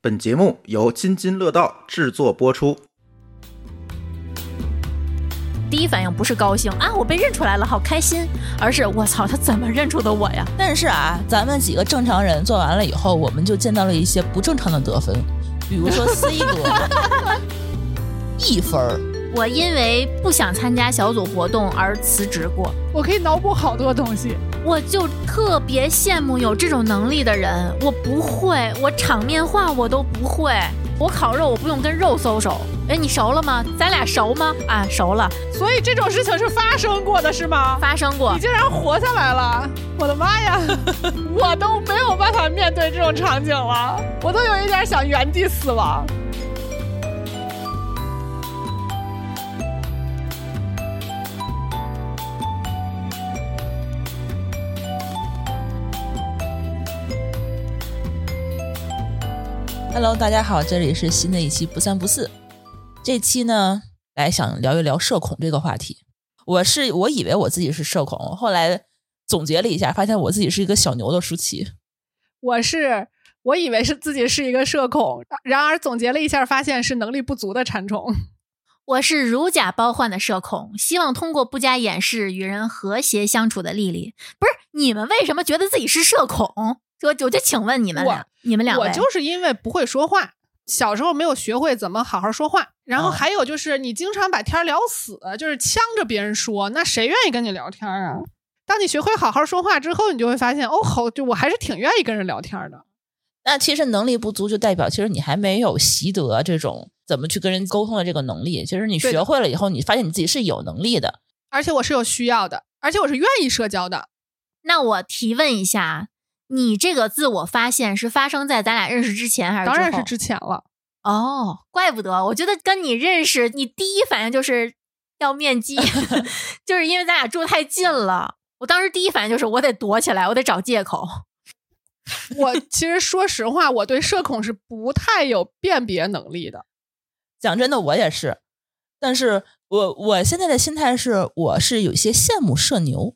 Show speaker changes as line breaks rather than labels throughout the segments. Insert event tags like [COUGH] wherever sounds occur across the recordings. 本节目由津津乐道制作播出。
第一反应不是高兴啊，我被认出来了，好开心，而是我操，他怎么认出的我呀？
但是啊，咱们几个正常人做完了以后，我们就见到了一些不正常的得分，比如
[LAUGHS]
说 C 哥一分儿，
我因为不想参加小组活动而辞职过，
我可以脑补好多东西。
我就特别羡慕有这种能力的人，我不会，我场面话我都不会，我烤肉我不用跟肉搜手，哎，你熟了吗？咱俩熟吗？啊，熟了，
所以这种事情是发生过的，是吗？
发生过
你，竟然活下来了！我的妈 [LAUGHS] 呀，我都没有办法面对这种场景了，我都有一点想原地死亡。
Hello，大家好，这里是新的一期不三不四。这期呢，来想聊一聊社恐这个话题。我是我以为我自己是社恐，后来总结了一下，发现我自己是一个小牛的舒淇。
我是我以为是自己是一个社恐，然而总结了一下，发现是能力不足的馋虫。
我是如假包换的社恐，希望通过不加掩饰与人和谐相处的丽丽。不是你们为什么觉得自己是社恐？我我就请问你们俩
我，
你们两位，
我就是因为不会说话，小时候没有学会怎么好好说话，然后
啊
还有就是你经常把天儿聊死，就是呛着别人说，那谁愿意跟你聊天儿啊？当你学会好好说话之后，你就会发现，哦，好，就我还是挺愿意跟人聊天儿的。
那其实能力不足，就代表其实你还没有习得这种怎么去跟人沟通的这个能力。其实你
对的
学会了以后，你发现你自己是有能力的。
而且我是有需要的，而且我是愿意社交的。
那我提问一下，你这个自我发现是发生在咱俩认识哎之前还是
当然
后
是之前了，
哦，怪不得，我觉得跟你认识，你第一反应就是要面基， [LAUGHS] 就是因为咱俩住太近了。我当时第一反应就是我得躲起来，我得找借口。
我其实说实话，我对社恐是不太有辨别能力的。
讲真的，我也是，但是我我现在的心态是，我是有一些羡慕社牛，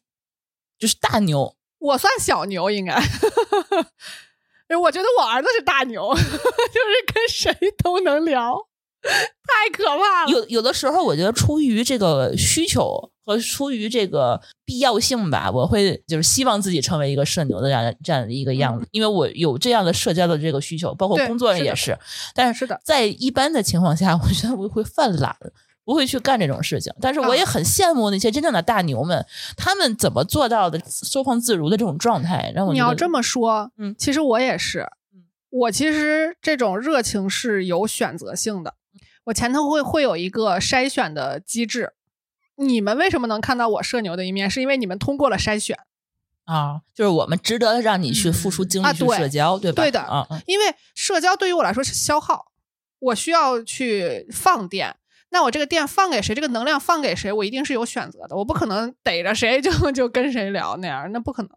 就是大牛。
我算小牛应该。 [LAUGHS] 我觉得我儿子是大牛， [LAUGHS] 就是跟谁都能聊，太可怕了。
有有的时候，我觉得出于这个需求和出于这个必要性吧，我会就是希望自己成为一个社牛的这样这样的一个样子，因为我有这样的社交的这个需求，包括
嗯对
工作上
是的
也是。但
是的
在一般的情况下，我觉得我会犯懒。不会去干这种事情，但是我也
啊
很羡慕那些真正的大牛们，他们怎么做到的收放自如的这种状态，让我
你
觉
要
得
这么说，
嗯
其实我也是，我其实这种热情是有选择性的，
嗯
我前头会会有一个筛选的机制。你们为什么能看到我社牛的一面？是因为你们通过了筛选。
啊，就是我们值得让你去付出精
啊
力去
对
社交，对吧？
对的
啊，嗯
因为社交对于我来说是消耗，我需要去放电。那我这个电放给谁，这个能量放给谁，我一定是有选择的，我不可能逮着谁就就跟谁聊那样，那不可能。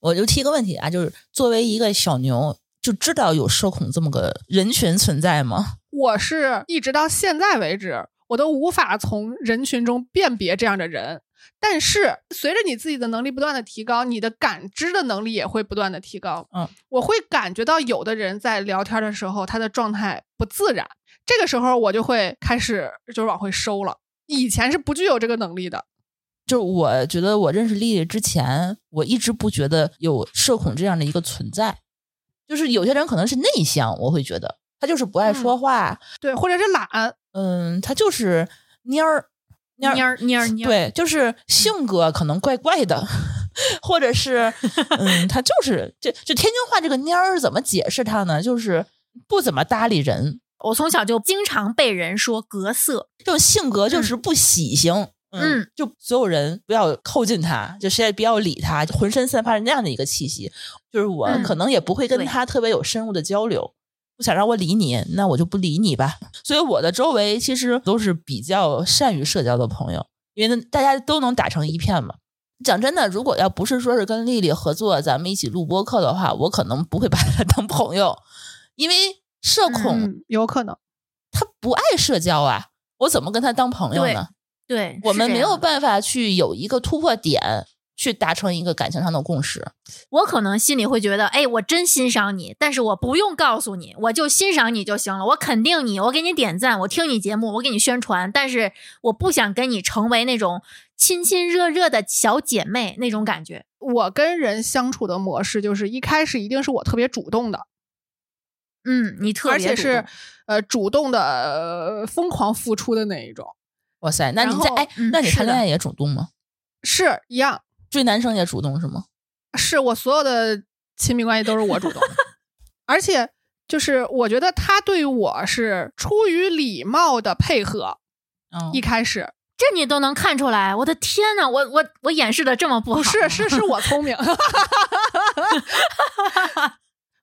我就提个问题啊，就是作为一个小牛，就知道有社恐这么个人群存在吗？
我是一直到现在为止，我都无法从人群中辨别这样的人。但是随着你自己的能力不断的提高，你的感知的能力也会不断的提高。
嗯，
我会感觉到有的人在聊天的时候，他的状态不自然，这个时候我就会开始就是往回收了。以前是不具有这个能力的，
就是我觉得我认识丽丽之前，我一直不觉得有社恐这样的一个存在。就是有些人可能是内向，我会觉得他就是不爱说话，
对，或者是懒，
嗯他就是蔫儿蔫儿
蔫儿蔫儿
[LAUGHS]
蔫儿，
对，就是性格可能怪怪的，或者是嗯，他就是这这天津话这个蔫儿怎么解释他呢？就是不怎么搭理人，
我从小就经常被人说格色，
这种性格就是不喜形。嗯
嗯
就所有人不要靠近他，就谁也不要理他，浑身散发着那样的一个气息。就是我
嗯
可能也不会跟
对
他特别有深入的交流，不想让我理你，那我就不理你吧。所以我的周围其实都是比较善于社交的朋友，因为呢大家都能打成一片嘛。讲真的，如果要不是说是跟丽丽合作，咱们一起录播课的话，我可能不会把她当朋友，因为社恐
嗯，有可能。
她不爱社交啊，我怎么跟她当朋友
对
呢？
对，
我
是
们
这
没
样
有
的
办法去有一个突破点，去达成一个感情上的共识。
我可能心里会觉得，哎，我真欣赏你，但是我不用告诉你，我就欣赏你就行了，我肯定你，我给你点赞，我听你节目，我给你宣传，但是我不想跟你成为那种亲亲热热的小姐妹那种感觉。
我跟人相处的模式就是一开始一定是我特别主动的，
嗯，你特
而
别
且
主
是
动
呃主动的、呃疯狂付出的那一种，
哇塞，那
然
你在
后
哎，
嗯
那你
是
谈恋
的
爱也主动吗？
是一样，
追男生也主动是吗？
是我所有的亲密关系都是我
[LAUGHS]
主动的，而且就是我觉得他对我是出于礼貌的配
哦
合，
嗯
一开始
这你都能看出来，我的天呐，我我我掩饰的这么不好吗，
不是，是是我聪
[LAUGHS]
明。[LAUGHS]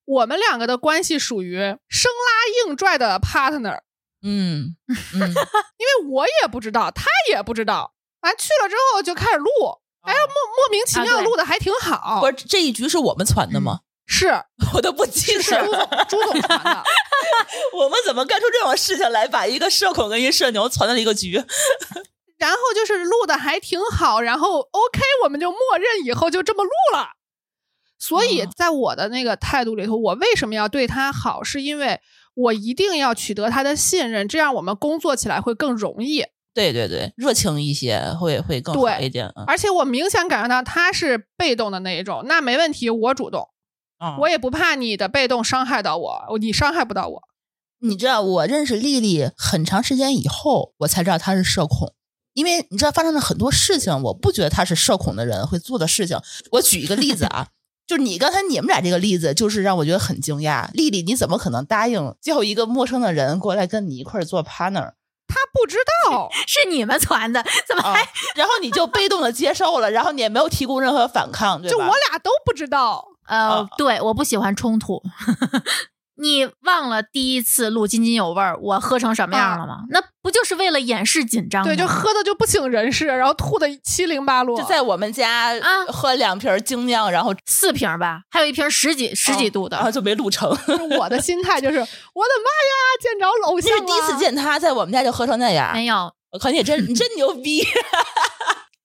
我们两个的关系属于生拉硬拽的 partner，
嗯嗯，
因为我也不知道，他也不知道。完去了之后就开始录，哎呀，莫莫名其
啊
妙
对
录的还挺好，
不是这一局是我们传的吗？
是
我都不记
是是
得
朱
了， [LAUGHS]
总朱总传的。
我们怎么干出这种事情来，把一个社恐跟一社牛传到了一个局？ [LAUGHS]
然后就是录的还挺好，然后 OK，我们就默认以后就这么录了。所以
哦
在我的那个态度里头，我为什么要对他好，是因为我一定要取得他的信任，这样我们工作起来会更容易。
对对对，热情一些会会更好
对
一点。嗯
而且我明显感觉到他是被动的那一种，那没问题，我主动，
嗯
我也不怕你的被动伤害到我，你伤害不到我。
你知道，我认识丽丽很长时间以后，我才知道她是社恐。因为你知道发生了很多事情，我不觉得她是社恐的人会做的事情。我举一个例子啊，就是你刚才你们俩这个例子，就是让我觉得很惊讶。丽丽，你怎么可能答应叫一个陌生的人过来跟你一块儿做 partner
他不知道，
是你们传的，怎么
啊
还？
然后你就被动的接受了，然后你也没有提供任何反抗，对吧？
就我俩都不知道。
呃
啊，
对，我不喜欢冲突。 [LAUGHS] 你忘了第一次录津津有味儿，我喝成什么样了吗？那不就是为了掩饰紧张吗？
啊对，就喝的就不省人事，然后吐的七零八落。
嗯就在我们家
啊
喝两瓶精酿，然后
四瓶儿吧，还有一瓶十几十
哦
几度的。
然后就没录成。
就是我的心
[LAUGHS]
态就是，我的妈呀，见着偶
你
像
是
了！
第一次，见她，在我们家就喝成那样，
没有，
我靠，你也真真牛逼！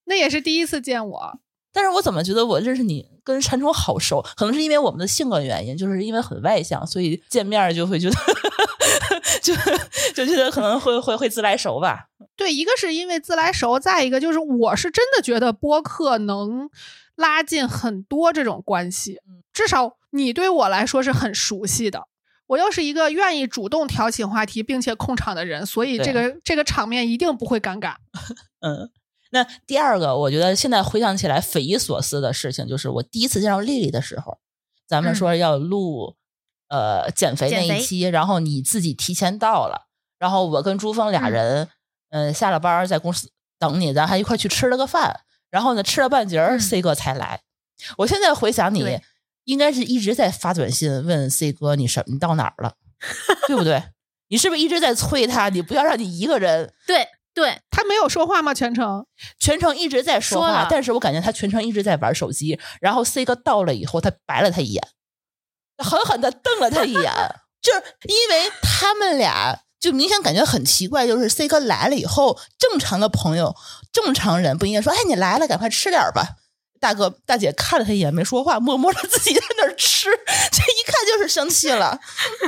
那也是第一次见我。
但是我怎么觉得我认识你跟陈冲好熟？可能是因为我们的性格原因，就是因为很外向，所以见面儿就会觉得 [LAUGHS] 就 [LAUGHS] 就觉得可能会会会自来熟吧。
对，一个是因为自来熟，再一个就是我是真的觉得播客能拉近很多这种关系，
嗯
至少你对我来说是很熟悉的。我又是一个愿意主动挑起话题并且控场的人，所以
对啊
这个这个场面一定不会尴尬。
嗯，那第二个，我觉得现在回想起来匪夷所思的事情，就是我第一次见到丽丽的时候，咱们
嗯
说要录、呃减肥那
减
一
肥
期，然后你自己提前到了，然后我跟朱峰俩
嗯
人，嗯、下了班儿在公司等你，咱还一块儿去吃了个饭，然后呢吃了半截儿、
嗯
c 哥才来。我现在回想你
对，
应该是一直在发短信问 C 哥你什你到哪儿了，对不对？你是不是一直在催他？你不要让你一个人，
对对，
他没有说话吗？全
[LAUGHS]
程？
全程一直在说
说
话
了，
但是我感觉他全程一直在玩手机。然后 C 哥到了以后，他白了他一眼，狠狠的瞪了他一眼，就是因为他们俩就明显感觉很奇怪，就是 C 哥来了以后，正常的朋友、正常人不应该说：“哎，你来了，赶快吃点儿吧。”大哥、大姐看了他一眼，没说话，默默的自己在那儿吃，这一看就是生气
[LAUGHS]
了。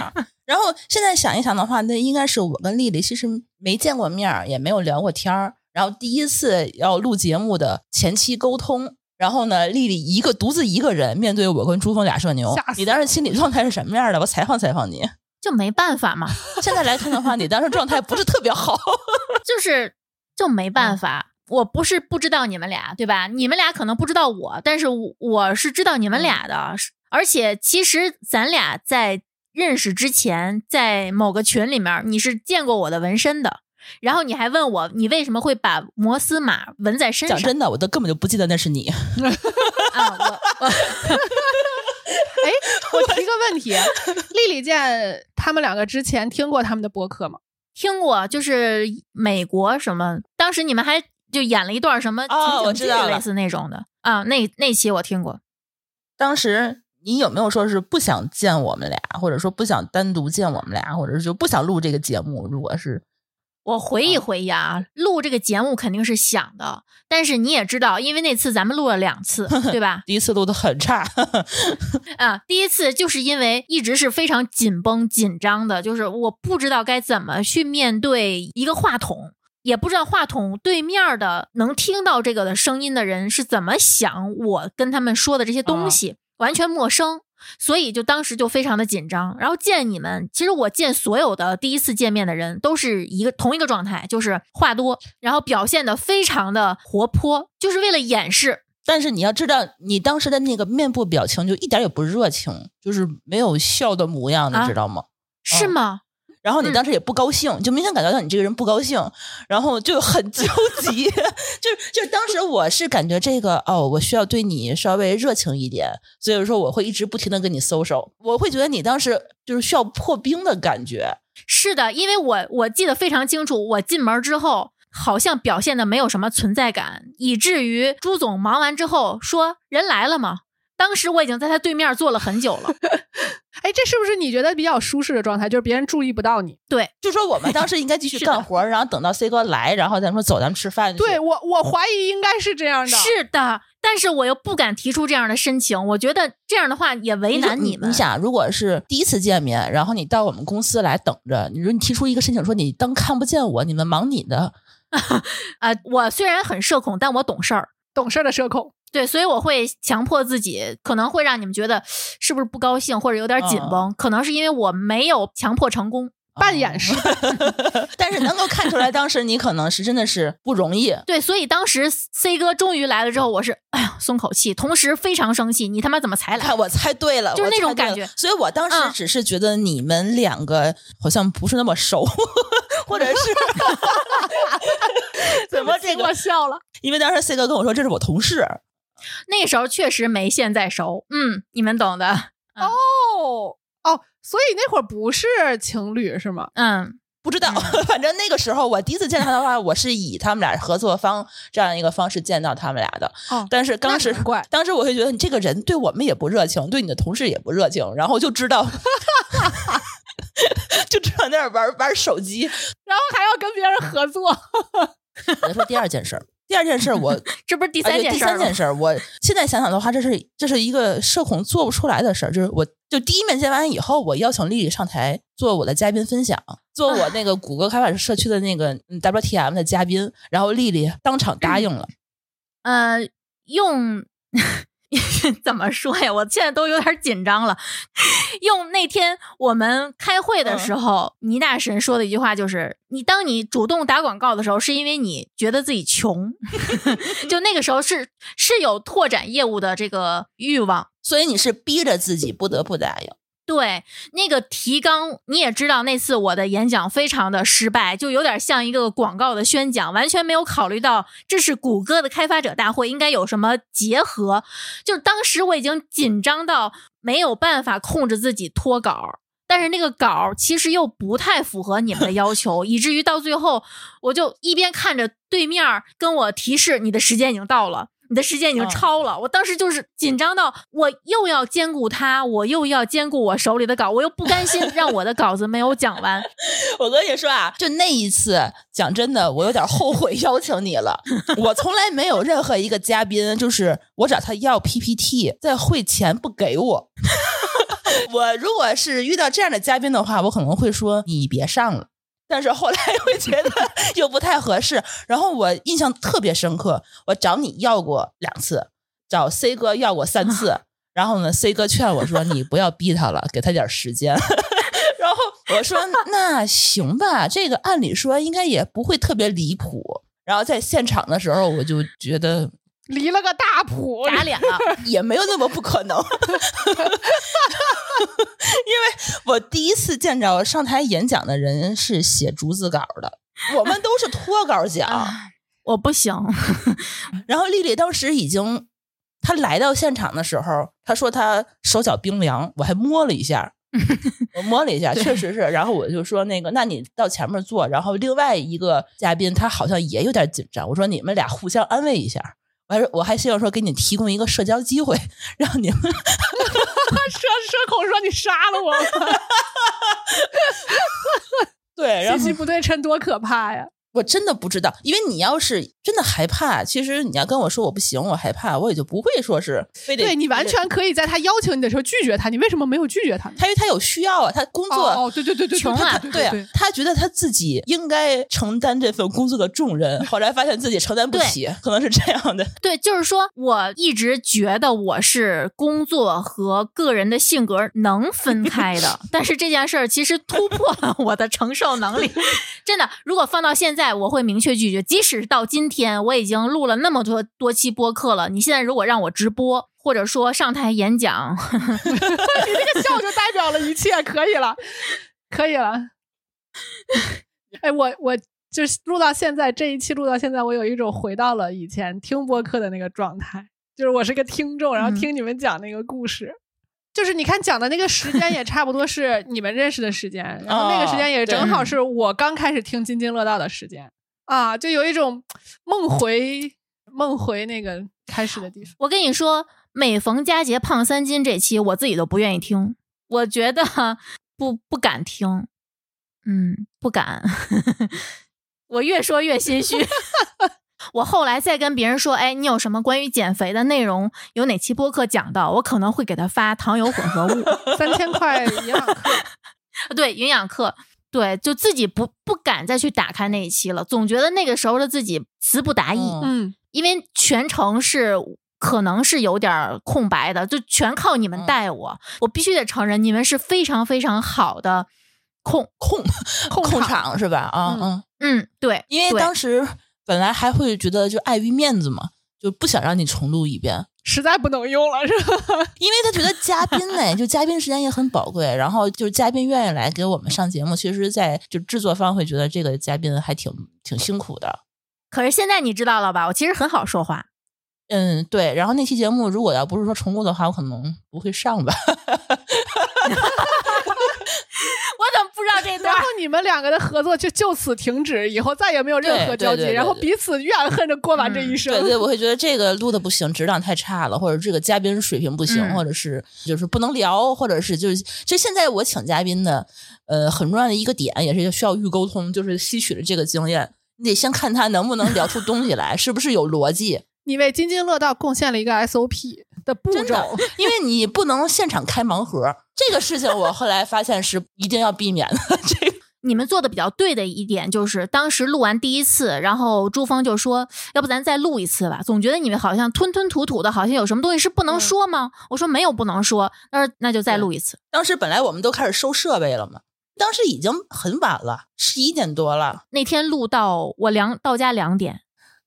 啊
然后现在想一想的话，那应该是我跟丽丽其实没见过面儿，也没有聊过天儿。然后第一次要录节目的前期沟通，然后呢，丽丽一个独自一个人面对我跟朱峰俩社牛
吓死，
你当时心理状态是什么样的？我采访采访你。
就没办法
[LAUGHS]
嘛，
现在来看的话，你当时状态不是特别好。 [LAUGHS]
就是就没
嗯
办法。我不是不知道你们俩，对吧？你们俩可能不知道我，但是我我是知道你们
嗯
俩的。是而且其实咱俩在认识之前，在某个群里面，你是见过我的纹身的。然后你还问我，你为什么会把摩斯码纹在身
讲
上？
真的，我都根本就不记得那是你。
啊，
[LAUGHS]
我
哎，我提个问题，丽丽见他们两个之前听过他们的播客吗？
听过，就是美国什么，当时你们还就演了一段什么
哦
情
我
景
知
剧
道了
类似那种的啊，那那期我听过，
当时你有没有说是不想见我们俩，或者说不想单独见我们俩，或者是就不想录这个节目？如果是
我回忆回忆啊，录这个节目肯定是想的，但是你也知道，因为那次咱们录了两次，对吧？
第一次录的很差， [LAUGHS]
啊，第一次就是因为一直是非常紧绷、紧张的，就是我不知道该怎么去面对一个话筒，也不知道话筒对面的能听到这个的声音的人是怎么想我跟他们说的这些东西，完全陌生。所以就当时就非常的紧张，然后见你们，其实我见所有的第一次见面的人都是一个同一个状态，就是话多，然后表现的非常的活泼，就是为了掩饰。
但是你要知道，你当时的那个面部表情就一点也不热情，就是没有笑的模样，
啊
你知道吗？
是吗？
然后你
嗯
当时也不高兴，就明显感觉到你这个人不高兴，然后就很纠结。 [LAUGHS] 就是就是当时我是感觉这个哦，我需要对你稍微热情一点，所以说我会一直不停的跟你搜手，我会觉得你当时就是需要破冰的感觉。
是的，因为我我记得非常清楚，我进门之后好像表现的没有什么存在感，以至于朱总忙完之后说：“人来了吗？”当时我已经在他对面坐了很久了，
哎，这是不是你觉得比较舒适的状态？就是别人注意不到你。
就说我们当时应该继续
是的
干活，然后等到 C 哥来，然后咱们说走，咱们吃饭去。
对我，我怀疑应该是这样的。啊
是的，但是我又不敢提出这样的申请，我觉得这样的话也为
你说
难
你
们。
你想，如果是第一次见面，然后你到我们公司来等着，你说你提出一个申请，说你当看不见我，你们忙
[LAUGHS]
你的，
啊、我虽然很社恐，但我懂事儿。
懂事儿的社恐。
对，所以我会强迫自己，可能会让你们觉得是不是不高兴或者有点紧绷，可能是因为我没有强迫成功。
扮演式的
哦 [LAUGHS] 但是能够看出来，当时你可能是真的是不容易。
对，所以当时 C 哥终于来了之后，我是哎呀松口气，同时非常生气，你他妈怎么才来？
[LAUGHS] 看，我猜对了，
[LAUGHS] 就是
我
那种
猜对
感
了
觉
所以我当时
嗯
只是觉得你们两个好像不是那么熟， [LAUGHS]
[LAUGHS]
或者是怎么这
对不起
[LAUGHS]
我
个？
笑了？
因为当时 C 哥跟我说这是我同事，
那时候确实没现在熟，嗯，你们懂的，
哦哦，所以那会儿不是情侣是吗？
嗯，
不知道， [LAUGHS] 反正那个时候我第一次见他 [LAUGHS] 的话，我是以他们俩合作方这样一个方式见到他们俩的。
哦
但是当时
那难怪，
[LAUGHS] 当时我会觉得你这个人对我们也不热情，对你的同事也不热情，然后就知道， [LAUGHS] 就知道在那儿玩玩手机。
然后还要跟别人合作，
我再说第二件事儿，第二件事儿我，
这不是第
而
三
且
件
啊第
事儿
三
了
件
吗？
事儿，我现在想想的话，这是这是一个社恐做不出来的事儿，就是我就第一面见完以后，我邀请丽丽上台做我的嘉宾分享，做我
啊
那个谷歌开发者社区的那个嗯 WTM 的嘉宾，然后丽丽当场答应
嗯
了。
呃，用 [LAUGHS] 怎么说呀？我现在都有点紧张了。 [LAUGHS] 用那天我们开会
嗯
的时候，倪大神说的一句话就是：“你当你主动打广告的时候，是因为你觉得自己穷， [LAUGHS] 就那个时候是是有拓展业务的这个欲望。”
所以你是逼着自己不得不答应，
对，那个提纲你也知道，那次我的演讲非常的失败，就有点像一个广告的宣讲，完全没有考虑到这是谷歌的开发者大会，应该有什么结合。就是当时我已经紧张到没有办法控制自己脱稿，但是那个稿其实又不太符合你们的要求，以至于到最后，我就一边看着对面儿跟我提示你的时间已经到了。你的时间已经
嗯
超了，我当时就是紧张到我又要兼顾他，我又要兼顾我手里的稿，我又不甘心让我的稿子没有讲完。
我跟你说啊，就那一次，讲真的，我有点后悔邀请你了。我从来没有任何一个嘉宾，就是我找他要 PPT，在会前不给我。 [LAUGHS] 我如果是遇到这样的嘉宾的话，我可能会说你别上了。但是后来会觉得又不太合适，然后我印象特别深刻，我找你要过两次，找 C 哥要过三次，然后呢，C 哥劝我说：“你不要逼他了，给他点时间。”然后 [LAUGHS] 我说：“那行吧，这个按理说应该也不会特别离谱。”然后在现场的时候，我就觉 [LAUGHS] 得
[LAUGHS] 离了个大谱。
打脸了，
也没有那么不可能，因为我第一次见着上台演讲的人是写逐字稿的，我们都是脱稿讲。
我不行，
然后丽丽当时已经，她来到现场的时候，她说她手脚冰凉，我还摸了一
[LAUGHS]
下，我摸了一下，确实是。然后我就说那个，那你到前面坐。然后另外一个嘉宾他好像也有点紧张，我说你们俩互相安慰一下。我还说我还希望说给你提供一个社交机会， [LAUGHS] 让你们
[LAUGHS] [LAUGHS] 社社恐说你杀了我吧，
对，然
信
后
息不对称多可怕呀！
我真的不知道，因为你要是真的害怕，其实你要跟我说我不行，我害怕，我也就不会说是非得
对你完，全可以在他邀请你的时候拒绝他，你为什么没有拒绝他呢？
他因为他有需要啊，他工作
哦，哦对对对对，对
穷啊
对对
对
对
啊，他觉得他自己应该承担这份工作的重 [LAUGHS] 任，后来发现自己承担不起，可能是这样的。
对，就是说，我一直觉得我是工作和个人的性格能分开的，但是这件事儿其实突破了我的承受能力。真的，如果放到现在，我会明确拒绝。即使到今天，我已经录了那么多多期播客了，你现在如果让我直播，或者说上台演讲，
你这个笑就代表了一切，可以了， [LAUGHS] 可以了。 [LAUGHS] 哎，我我就是录到现在这一期录到现在，我有一种回到了以前听播客的那个状态，就是我是个听众，然后
嗯
听你们讲那个故事。就是你看讲的那个时间也差不多是你们认识的时间，然后那个时间也正好是我刚开始听津津乐道的时间啊，就有一种梦回梦回那个开始的地方。
我跟你说，每逢佳节胖三斤这期，我自己都不愿意听，我觉得不不敢听，嗯，不敢。 [LAUGHS] 我越说越心虚。 [LAUGHS] 我后来再跟别人说，哎，你有什么关于减肥的内容？有哪期播客讲到？我可能会给他发糖油混合物， [LAUGHS]
三千块营 [LAUGHS] 养课，
对，营养课，对，就自己不不敢再去打开那一期了，总觉得那个时候的自己词不达意。
嗯
嗯。
因为全程是可能是有点儿空白的，就全靠你们
嗯
带我。我必须得承认，你们是非常非常好的控。
控
控
控
场
场是吧？啊
嗯
嗯
嗯，对，
因为
对
当时本来还会觉得就碍于面子嘛，就不想让你重录一遍，
实在不能用了，是吧？
因为他觉得嘉宾 [LAUGHS] 呢，就嘉宾时间也很宝贵，然后就是嘉宾愿意来给我们上节目，其实，在就制作方会觉得这个嘉宾还挺挺辛苦的。
可是现在你知道了吧？我其实很好说话。
嗯，对。然后那期节目如果要不是说重录的话，我可能不会上吧。
[LAUGHS] 我怎么不知道这
[LAUGHS] 然
段
后
儿？
你们两个的合作就就此停止，以后再也没有任
对
何
对
交集，
对对
然后
对
彼此怨恨着过完这一
对
生。
对，我会觉得这个录的不行，质量太差了，或者这个嘉宾水平不行，
嗯
或者是就是不能聊，或者是就是其实现在我请嘉宾的，呃，很重要的一个点也是需要预沟通，就是吸取了这个经验，你得先看他能不能聊出东西来，是不是有逻辑。
你为津津乐道贡献了一个 SOP 的步
真的
骤，
因为你不能现场开盲盒，这个事情我后来发现是一定要避免的。这个
你们做的比较对的一点就是，当时录完第一次，然后朱峰就说：“要不咱再录一次吧？”总觉得你们好像吞吞吐吐的，好像有什么东西是不能
嗯
说吗？我说没有不能说，他说那就再
对
录一次。
当时本来我们都开始收设备了嘛，当时已经很晚了，十一点多了。
那天录到我两到家两点，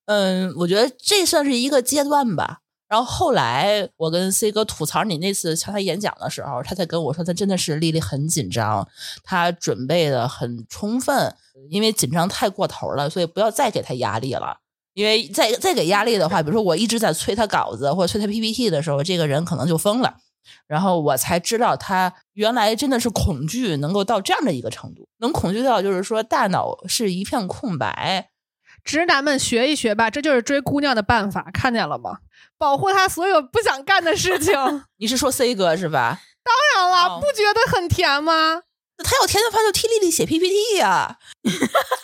嗯，我觉得这算是一个阶段吧。然后后来我跟 C 哥吐槽你那次瞧他演讲的时候，他才跟我说他真的是丽丽很紧张，他准备的很充分，因为紧张太过头了，所以不要再给他压力了。因为再再给压力的话，比如说我一直在催他稿子或者催他 PPT 的时候，这个人可能就疯了。然后我才知道他原来真的是恐惧能够到这样的一个程度，能恐惧到就是说大脑是一片空白，
直男们学一学吧，这就是追姑娘的办法，看见了吗？保护她所有不想干的事 [LAUGHS] 情。当
你是说 C 哥是吧？
然了，
哦
不觉得很甜吗？
他要填的话就替丽丽写 PPT 呀、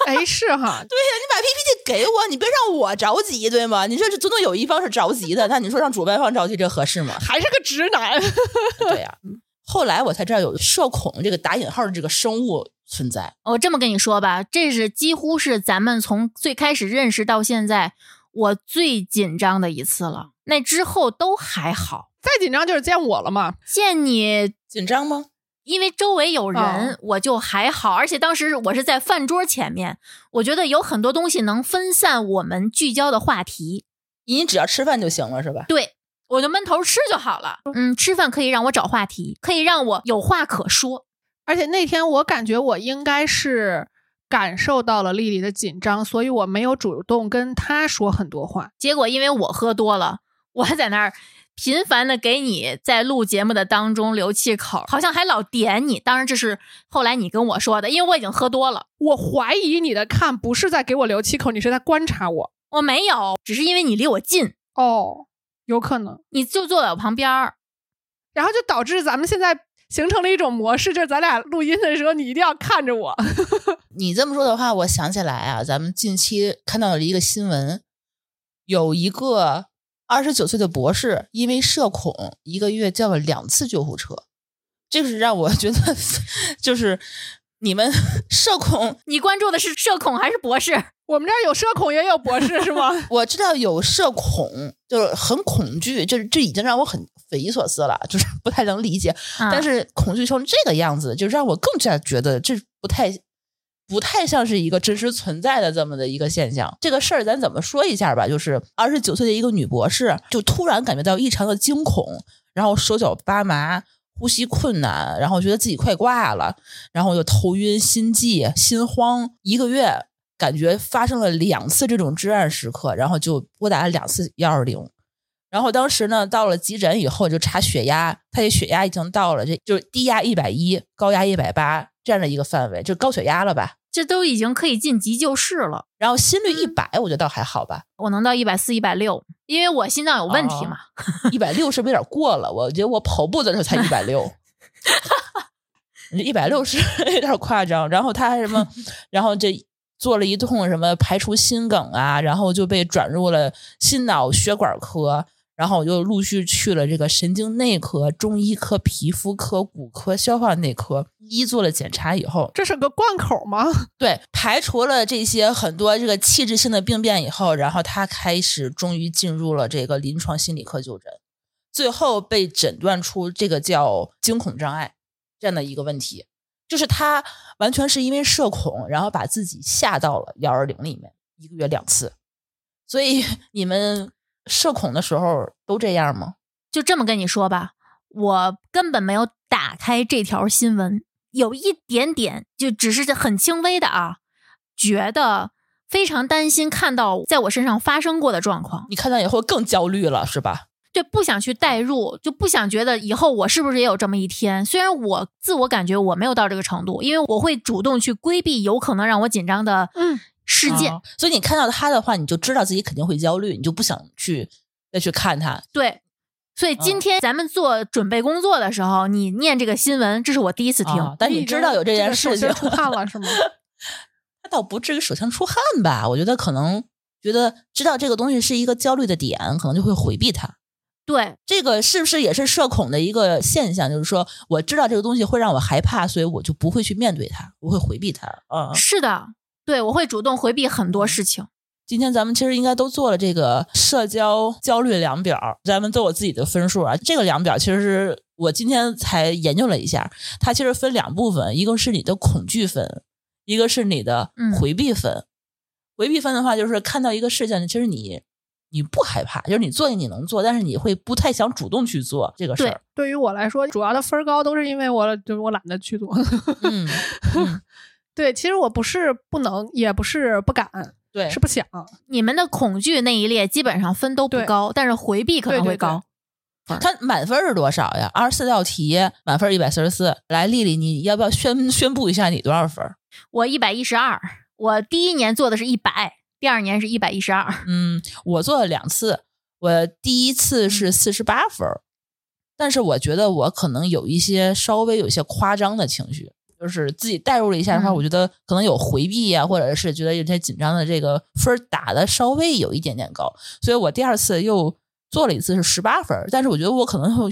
哎，是 [LAUGHS] 哈，
对啊呀、你把 PPT 给我，你别让我着急，对吗？你说这总得有一方是着急的，那你说让主办方着急，这合
[LAUGHS]？
适吗
还是个直男。
对呀、后来我才知道有社恐这个打引号的这个生物存在。
我哦这么跟你说吧，这是几乎是咱们从最开始认识到现在我最紧张的一次了。那之后都还好，
[LAUGHS] 再紧张就是见我了嘛。
见你
紧张吗？
因为周围有人，
哦
我就还好。而且当时我是在饭桌前面，我觉得有很多东西能分散我们聚焦的话题。
你只要吃饭就行了，是吧？
对，我就闷头吃就好了。嗯，吃饭可以让我找话题，可以让我有话可说。
而且那天我感觉我应该是感受到了丽丽的紧张，所以我没有主动跟她说很多话。
结果因为我喝多了，我还在那儿频繁的给你在录节目的当中留气口，好像还老点你。当然这是后来你跟我说的，因为我已经喝多了，
我怀疑你的看不是在给我留气口，你是在观察我。
我没有，只是因为你离我近，
哦，有可能。
你就坐在我旁边儿。
然后就导致咱们现在形成了一种模式，就是咱俩录音的时候你一定要看着我。 [LAUGHS]
你这么说的话，我想起来啊，咱们近期看到了一个新闻，有一个二十九岁的博士，因为社恐，一个月叫了两次救护车，这是让我觉得就是你们 [LAUGHS] 社恐。
你关注的是社恐还是博士？
我们这儿有社恐也有博士是吗？ [LAUGHS]
我知道有社恐，就是很恐惧，就是这已经让我很匪夷所思了，就是不太能理解。 [LAUGHS] 但
但
是恐惧成这个样子，就让我更加觉得这不太不太像是一个真实存在的这么的一个现象。这个事儿咱怎么说一下吧？就是二十九岁的一个女博士，就突然感觉到异常的惊恐，然后手脚发麻。呼吸困难，然后觉得自己快挂了，然后又头晕、心悸、心慌，一个月感觉发生了两次这种至暗时刻，然后就拨打了两次幺二零，然后当时呢，到了急诊以后就查血压，他这血压已经到了，这就是低压一百一，高压一百八这样的一个范围，就高血压了吧。
这都已经可以进急救室了。
然后心率一百，我觉得倒还好吧，
我能到一百四、一百六，因为我心脏有问
哦
题嘛。
一百六是不是有点过了？我觉得我跑步的时候才一百六，一百六是有点夸张。然后他还什么，然后这做了一通什么排除心梗啊，然后就被转入了心脑血管科，然后我就陆续去了这个神经内科、中医科、皮肤科、骨科、消化内科，一一做了检查以后，
这是个贯口吗？
对，排除了这些很多这个器质性的病变以后，然后他开始终于进入了这个临床心理科就诊，最后被诊断出这个叫惊恐障碍这样的一个问题，就是他完全是因为社恐，然后把自己吓到了幺二零里面，一个月两次。所以你们社恐的时候都这样吗？
就这么跟你说吧，我根本没有打开这条新闻，有一点点，就只是很轻微的啊，觉得非常担心看到在我身上发生过的状况，
你看到以后更焦虑了是吧？
对，不想去代入，就不想觉得以后我是不是也有这么一天。虽然我自我感觉我没有到这个程度，因为我会主动去规避有可能让我紧张的
嗯
事件。
啊所以你看到他的话，你就知道自己肯定会焦虑，你就不想去再去看他，
对，所以
啊
今天咱们做准备工作的时候，你念这个新闻，这是我第一次听。
啊但你知道有这件事
已
情，
经手心出汗了是吗？ [LAUGHS]
他倒不至于手心出汗吧？我觉得可能觉得知道这个东西是一个焦虑的点，可能就会回避它。
对，
这个是不是也是社恐的一个现象？就是说，我知道这个东西会让我害怕，所以我就不会去面对它，我会回避它。啊、
是的，对我会主动回避很
嗯
多事情。
今天咱们其实应该都做了这个社交焦虑量表，咱们都有自己的分数啊。这个量表其实是我今天才研究了一下，它其实分两部分，一个是你的恐惧分，一个是你的
嗯
回避分。回避分的话，就是看到一个事件，其实你你不害怕，就是你做你能做，但是你会不太想主动去做这个事儿。
对于我来说，主要的分儿高都是因为我就是我懒得去做。 [LAUGHS]
嗯，嗯
对，其实我不是不能，也不是不敢，
对，
是不想。
你们的恐惧那一列基本上分都不
对
高，但是回避可能
对对
会高。
它满分是多少呀？二十四道题，满分一百四十四。来，丽丽，你要不要宣宣布一下你多少分儿？
我一百一十二，我第一年做的是一百，第二年是一百一十二。
嗯，我做了两次，我第一次是四十八分儿，但是我觉得我可能有一些稍微有一些夸张的情绪，就是自己代入了一下的话，
嗯
我觉得可能有回避啊，或者是觉得有些紧张的这个分儿打的稍微有一点点高，所以我第二次又。做了一次是十八分儿，但是我觉得我可能 [LAUGHS] 有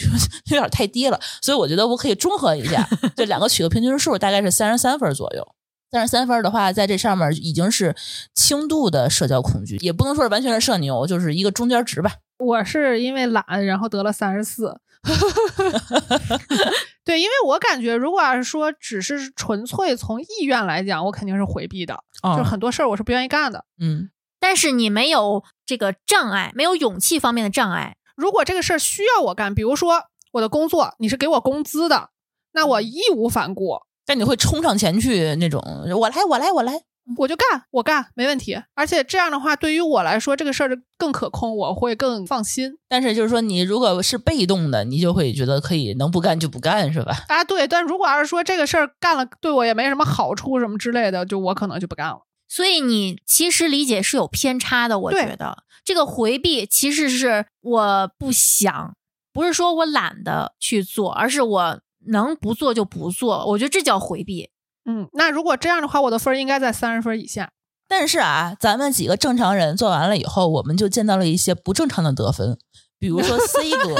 点太低了，所以我觉得我可以中和一下，这两个取个平均数，大概是三十三分儿左右。三十三分儿的话，在这上面已经是轻度的社交恐惧，也不能说是完全是社牛，就是一个中间值吧。
我是因为懒，然后得了三十四。 [LAUGHS] 对，因为我感觉，如果要是说只是纯粹从意愿来讲，我肯定是回避的，
啊
就是很多事儿我是不愿意干的。
嗯，
但是你没有这个障碍，没有勇气方面的障碍，
如果这个事儿需要我干，比如说我的工作，你是给我工资的，那我义无反顾，
但你会冲上前去那种，我来，我来，我来。
我就干，我干，没问题。而且这样的话，对于我来说，这个事儿更可控，我会更放心。
但是就是说，你如果是被动的，你就会觉得可以能不干就不干，是吧？
啊，对，但如果要是说这个事儿干了对我也没什么好处什么之类的，就我可能就不干了。
所以你其实理解是有偏差的。我
对
觉得这个回避其实是我不想，不是说我懒得去做，而是我能不做就不做。我觉得这叫回避。
嗯，那如果这样的话，我的分儿应该在三十分以下。
但是啊，咱们几个正常人做完了以后，我们就见到了一些不正常的得分，比如说 C 哥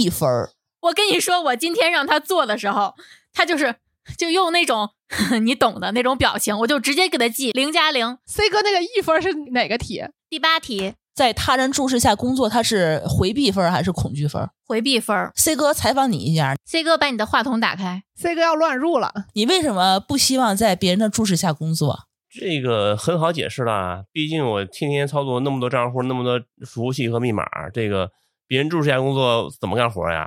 一分儿，
我跟你说，我今天让他做的时候，他就是就用那种 [LAUGHS] 你懂的那种表情，我就直接给他记零加零。
C 哥那个一分儿是哪个题？
第八题
在他人注视下工作，他是回避分儿还是恐惧分儿
回避分儿
？C 哥采访你一下，
，C 哥把你的话筒打开，
C 哥要乱入了，
你为什么不希望在别人的注视下工作？
这个很好解释啦，毕竟我天天操作那么多账户、那么多服务器和密码，这个别人注视下工作怎么干活呀？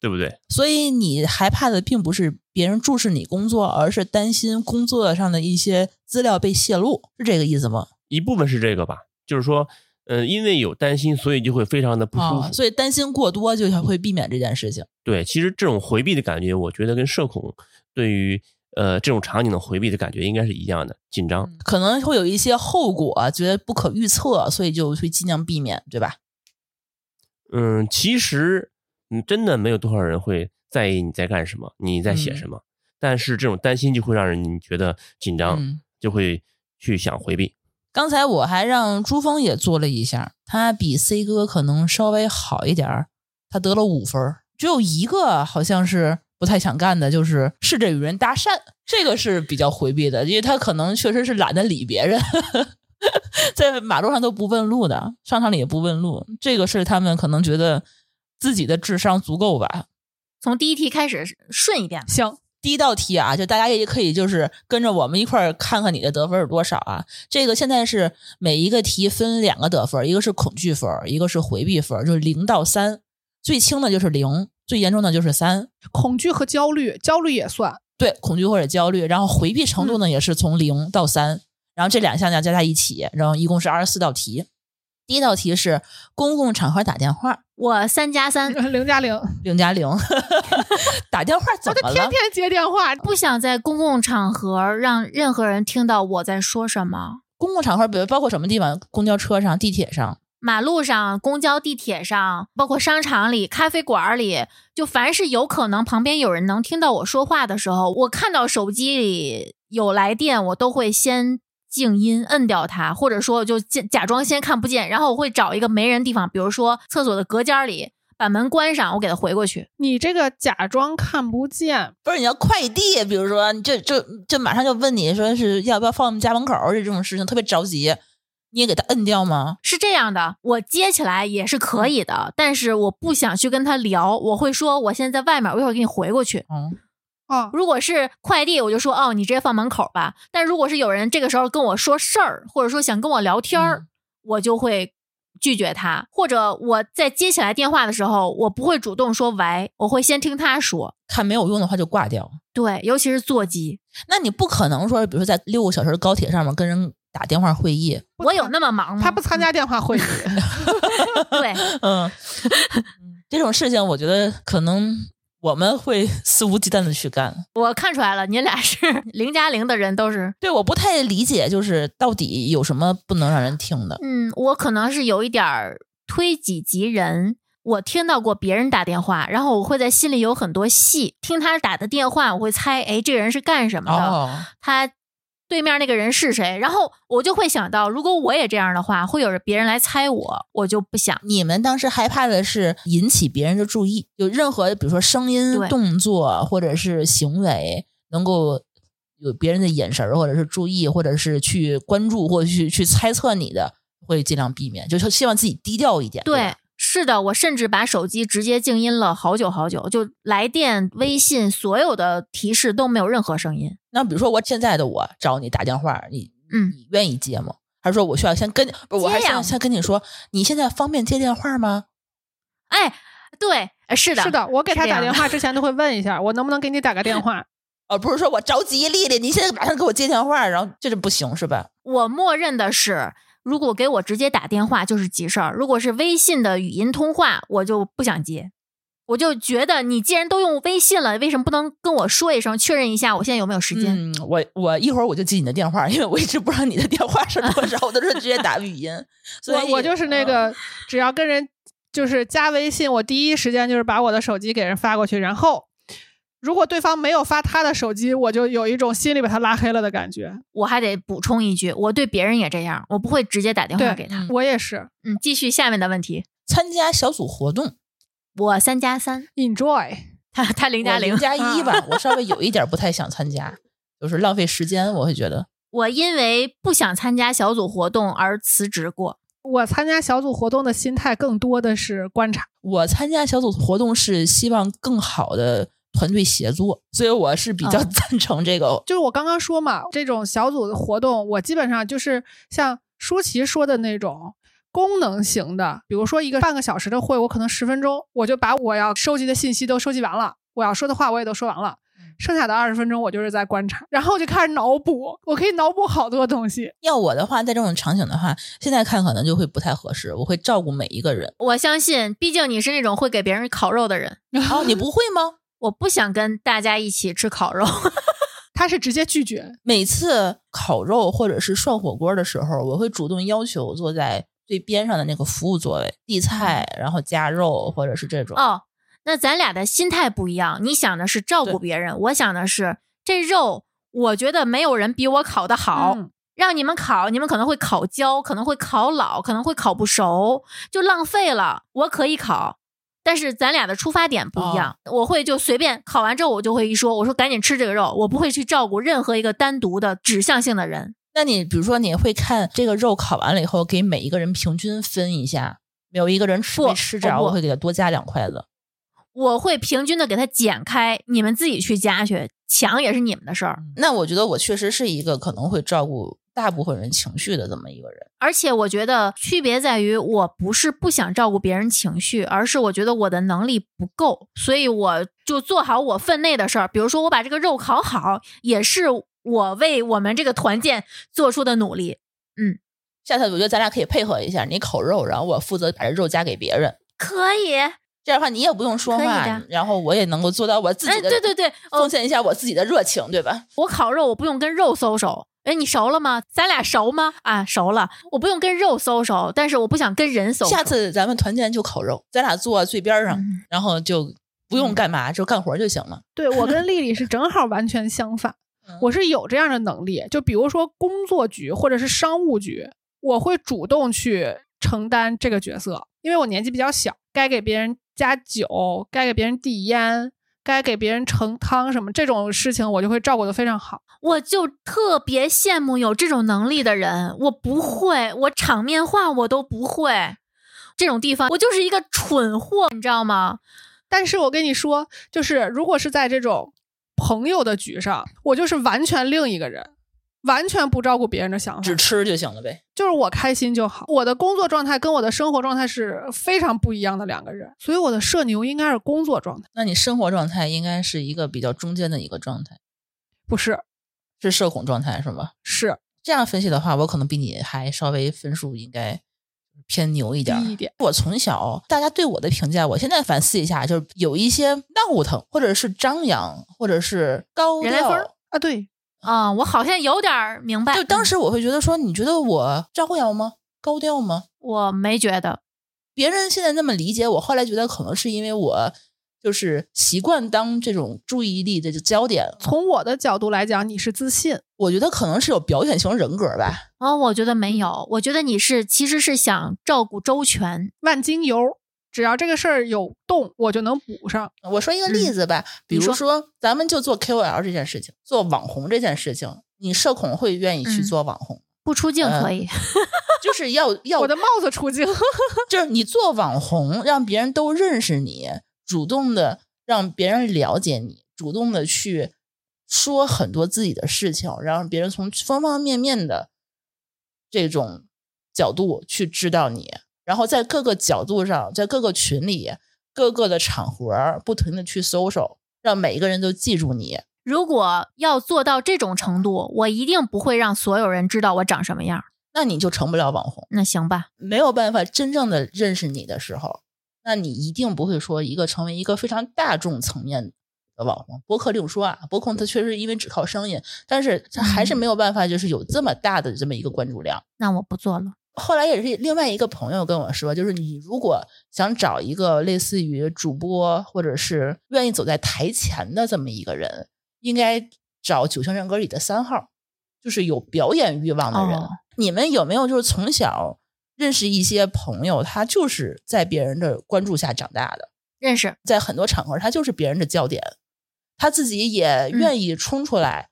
对不对？
所以你害怕的并不是别人注视你工作，而是担心工作上的一些资料被泄露，是这个意思吗？
一部分是这个吧，就是说，嗯，因为有担心，所以就会非常的不舒
啊、
服。
所以担心过多就会避免这件事情。
对，其实这种回避的感觉，我觉得跟社恐对于呃这种场景的回避的感觉应该是一样的，紧张。
可能会有一些后果，觉得不可预测，所以就会尽量避免，对吧？
嗯，其实嗯，真的没有多少人会在意你在干什么，你在写
嗯
什么。但是这种担心就会让人觉得紧张，
嗯
就会去想回避。
刚才我还让朱峰也做了一下，他比 C 哥可能稍微好一点儿，他得了五分儿，只有一个好像是不太想干的，就是试着与人搭讪，这个是比较回避的，因为他可能确实是懒得理别人， [LAUGHS] 在马路上都不问路的，商场里也不问路，这个是他们可能觉得自己的智商足够吧。
从第一题开始顺一遍。
行，
第一道题啊，就大家也可以就是跟着我们一块儿看看你的得分是多少啊。这个现在是每一个题分两个得分，一个是恐惧分，一个是回避分，就是零到三，最轻的就是零，最严重的就是三。
恐惧和焦虑，焦虑也算。
对，恐惧或者焦虑，然后回避程度
嗯
呢、也是从零到三，然后这两项呢加在一起，然后一共是二十四道题。第一道题是公共场合打电话，
我三加
[LAUGHS]
三，
零加零，
零加零， [LAUGHS] 打电话怎
我就
么
天
了？
天接电话。
不想在公共场合让任何人听到我在说什么。
公共场合，比如包括什么地方？公交车上、地铁上。
马路上、公交、地铁上，包括商场里、咖啡馆里，就凡是有可能旁边有人能听到我说话的时候，我看到手机里有来电，我都会先静音，摁掉它，或者说我就假假装先看不见，然后我会找一个没人地方，比如说厕所的隔间里，把门关上，我给它回过去。
你这个假装看不见，
不是你要快递，比如说你这这这马上就问你说是要不要放我们家门口儿这种事情，特别着急，你也给他摁掉吗？
是这样的，我接起来也是可以的，但是我不想去跟他聊，我会说我现在在外面，我一会儿给你回过去。
嗯，
啊，
如果是快递，我就说哦，你直接放门口吧。但如果是有人这个时候跟我说事儿，或者说想跟我聊天儿，
嗯
我就会拒绝他。或者我在接起来电话的时候，我不会主动说喂，我会先听他说。
看没有用的话就挂掉。
对，尤其是座机，
那你不可能说，比如说在六个小时的高铁上面跟人打电话会议，
不
我有
参
那么忙吗？
他不参加电话会议，
[LAUGHS] 对，
嗯， [LAUGHS] 这种事情我觉得可能我们会肆无忌惮的去干。
我看出来了，你俩是 [LAUGHS] 零加零的人，都是
对，我不太理解，就是到底有什么不能让人听的？
嗯，我可能是有一点儿推己及人。我听到过别人打电话，然后我会在心里有很多戏，听他打的电话，我会猜，哎，这人是干什么的？
哦，
他对面那个人是谁，然后我就会想到，如果我也这样的话，会有人别人来猜我，我就不想。
你们当时害怕的是引起别人的注意，有任何比如说声音
对、
动作或者是行为能够有别人的眼神儿，或者是注意，或者是去关注，或者去去猜测你的，会尽量避免，就是希望自己低调一点。吧
对，啊是的，我甚至把手机直接静音了好久好久，就来电、微信所有的提示都没有任何声音。
那比如说我现在的我找你打电话，你
嗯
你愿意接吗？还是说我需要先跟你，不是我还
接呀
想先跟你说，你现在方便接电话吗？
哎，对，呃是的，
是的，我给
是
他
这
打
样
电话之前都会问一下，我能不能给你打个电话？
而哦不是说我着急，丽丽，你现在马上给我接电话，然后这就不行是吧？
我默认的是。如果给我直接打电话就是急事儿，如果是微信的语音通话，我就不想接，我就觉得你既然都用微信了，为什么不能跟我说一声，确认一下我现在有没有时间？
嗯，我我一会儿我就记你的电话，因为我一直不知道你的电话是多少，我都是直接打语音。所以嗯
我我就是那个，只要跟人就是加微信，我第一时间就是把我的手机给人发过去，然后如果对方没有发他的手机，我就有一种心里把他拉黑了的感觉。
我还得补充一句，我对别人也这样，我不会直接打电话
对
给他。
我也是
嗯，继续下面的问题。
参加小组活动，
我三加三，
enjoy，
他他零加零
零。
[LAUGHS]
加一吧，我稍微有一点不太想参加，就是浪费时间，我会觉得
我因为不想参加小组活动而辞职过。
我参加小组活动的心态更多的是观察。
我参加小组活动是希望更好的团队协作，所以我是比较
嗯
赞成这个。
就是我刚刚说嘛，这种小组的活动，我基本上就是像舒淇说的那种功能型的，比如说一个半个小时的会，我可能十分钟我就把我要收集的信息都收集完了，我要说的话我也都说完了。剩下的二十分钟，我就是在观察，然后我就开始脑补，我可以脑补好多东西。
要我的话，在这种场景的话，现在看可能就会不太合适，我会照顾每一个
[LAUGHS]
人。
我相信，毕竟你是那种会给别人烤肉的人，
哦，你不会吗？
我不想跟大家一起吃烤肉。
他是直接拒绝，
每次烤肉或者是涮火锅的时候，我会主动要求坐在最边上的那个服务座位，递菜，然后加肉或者是这种。
哦，那咱俩的心态不一样，你想的是照顾
对
别人，我想的是这肉，我觉得没有人比我烤的好。
嗯
让你们烤，你们可能会烤焦，可能会烤老，可能会烤不熟，就浪费了。我可以烤，但是咱俩的出发点不一样。
哦
我会就随便烤完之后，我就会一说，我说赶紧吃这个肉，我不会去照顾任何一个单独的指向性的人。
那你比如说，你会看这个肉烤完了以后，给每一个人平均分一下，没有一个人吃
不
没吃
我
着，
不
我会给他多加两筷子。
我会平均的给它剪开，你们自己去加去，抢也是你们的事儿。
那我觉得我确实是一个可能会照顾大部分人情绪的这么一个人。
而且我觉得区别在于，我不是不想照顾别人情绪，而是我觉得我的能力不够，所以我就做好我分内的事儿。比如说，我把这个肉烤好，也是我为我们这个团建做出的努力。
下次我觉得咱俩可以配合一下，你烤肉，然后我负责把这肉夹给别人。
可以，哎，
这样的话，你也不用说
可以
话
的，哎
然后我也能够做到我自己的，
对对，对，
奉献一下我自己的热情，对吧？
我烤肉我不用跟肉搜手。哎，你熟了吗？咱俩熟吗？啊，熟了，我不用跟肉搜手，但是我不想跟人搜手。
下次咱们团建就烤肉，咱俩坐最边上，
嗯
然后就不用干嘛，就干活就行了。
对我跟丽丽是正好完全相反
嗯，
我是有这样的能力，就比如说工作局或者是商务局，我会主动去承担这个角色，因为我年纪比较小，该给别人加酒，该给别人递烟，该给别人盛汤什么这种事情，我就会照顾的非常好。
我就特别羡慕有这种能力的人，我不会，我场面话我都不会。这种地方，我就是一个蠢货，你知道吗？
但是我跟你说，就是如果是在这种朋友的局上，我就是完全另一个人，完全不照顾别人的想法，
只吃就行了呗。
就是我开心就好。我的工作状态跟我的生活状态是非常不一样的两个人，所以我的社牛应该是工作状态，
那你生活状态应该是一个比较中间的一个状态，
不是
是社恐状态是吗？
是
这样分析的话，我可能比你还稍微分数应该偏牛一点儿。
低一点。
我从小大家对我的评价，我现在反思一下，就是有一些闹腾，或者是张扬，或者是高
人来疯儿
调。
啊，对，
啊、我好像有点儿明白。
就当时我会觉得说，你觉得我张扬吗？高调吗？
我没觉得，
别人现在那么理解我，后来觉得可能是因为我就是习惯当这种注意力的焦点，
从我的角度来讲，你是自信，
我觉得可能是有表演型人格吧。
哦，我觉得没有，我觉得你是其实是想照顾周全。
万金油，只要这个事儿有动，我就能补上。
我说一个例子吧，
嗯
比
你
如
说
说咱们就做 KOL 这件事情，做网红这件事情，你社恐会愿意去
嗯
做网红，
不出镜
嗯
可以， [LAUGHS]
就是要要
我的帽子出镜，
就是你做网红，让别人都认识你，主动的让别人了解你，主动的去说很多自己的事情，让别人从方方面面的这种角度去知道你，然后在各个角度上，在各个群里、各个的场合，不停的去 social，让每一个人都记住你。
如果要做到这种程度，我一定不会让所有人知道我长什么样儿。
那你就成不了网红，
那行吧，
没有办法真正的认识你的时候，那你一定不会说一个成为一个非常大众层面的网红。博客另说啊，博控它确实因为只靠声音，但是它还是没有办法，就是有这么大的这么一个关注量。
那我不做了。
后来也是另外一个朋友跟我说，就是你如果想找一个类似于主播或者是愿意走在台前的这么一个人，应该找《九型人格》里的三号，就是有表演欲望的人。
哦
你们有没有就是从小认识一些朋友，他就是在别人的关注下长大的？
认识，
在很多场合他就是别人的焦点，他自己
嗯
也愿意冲出来，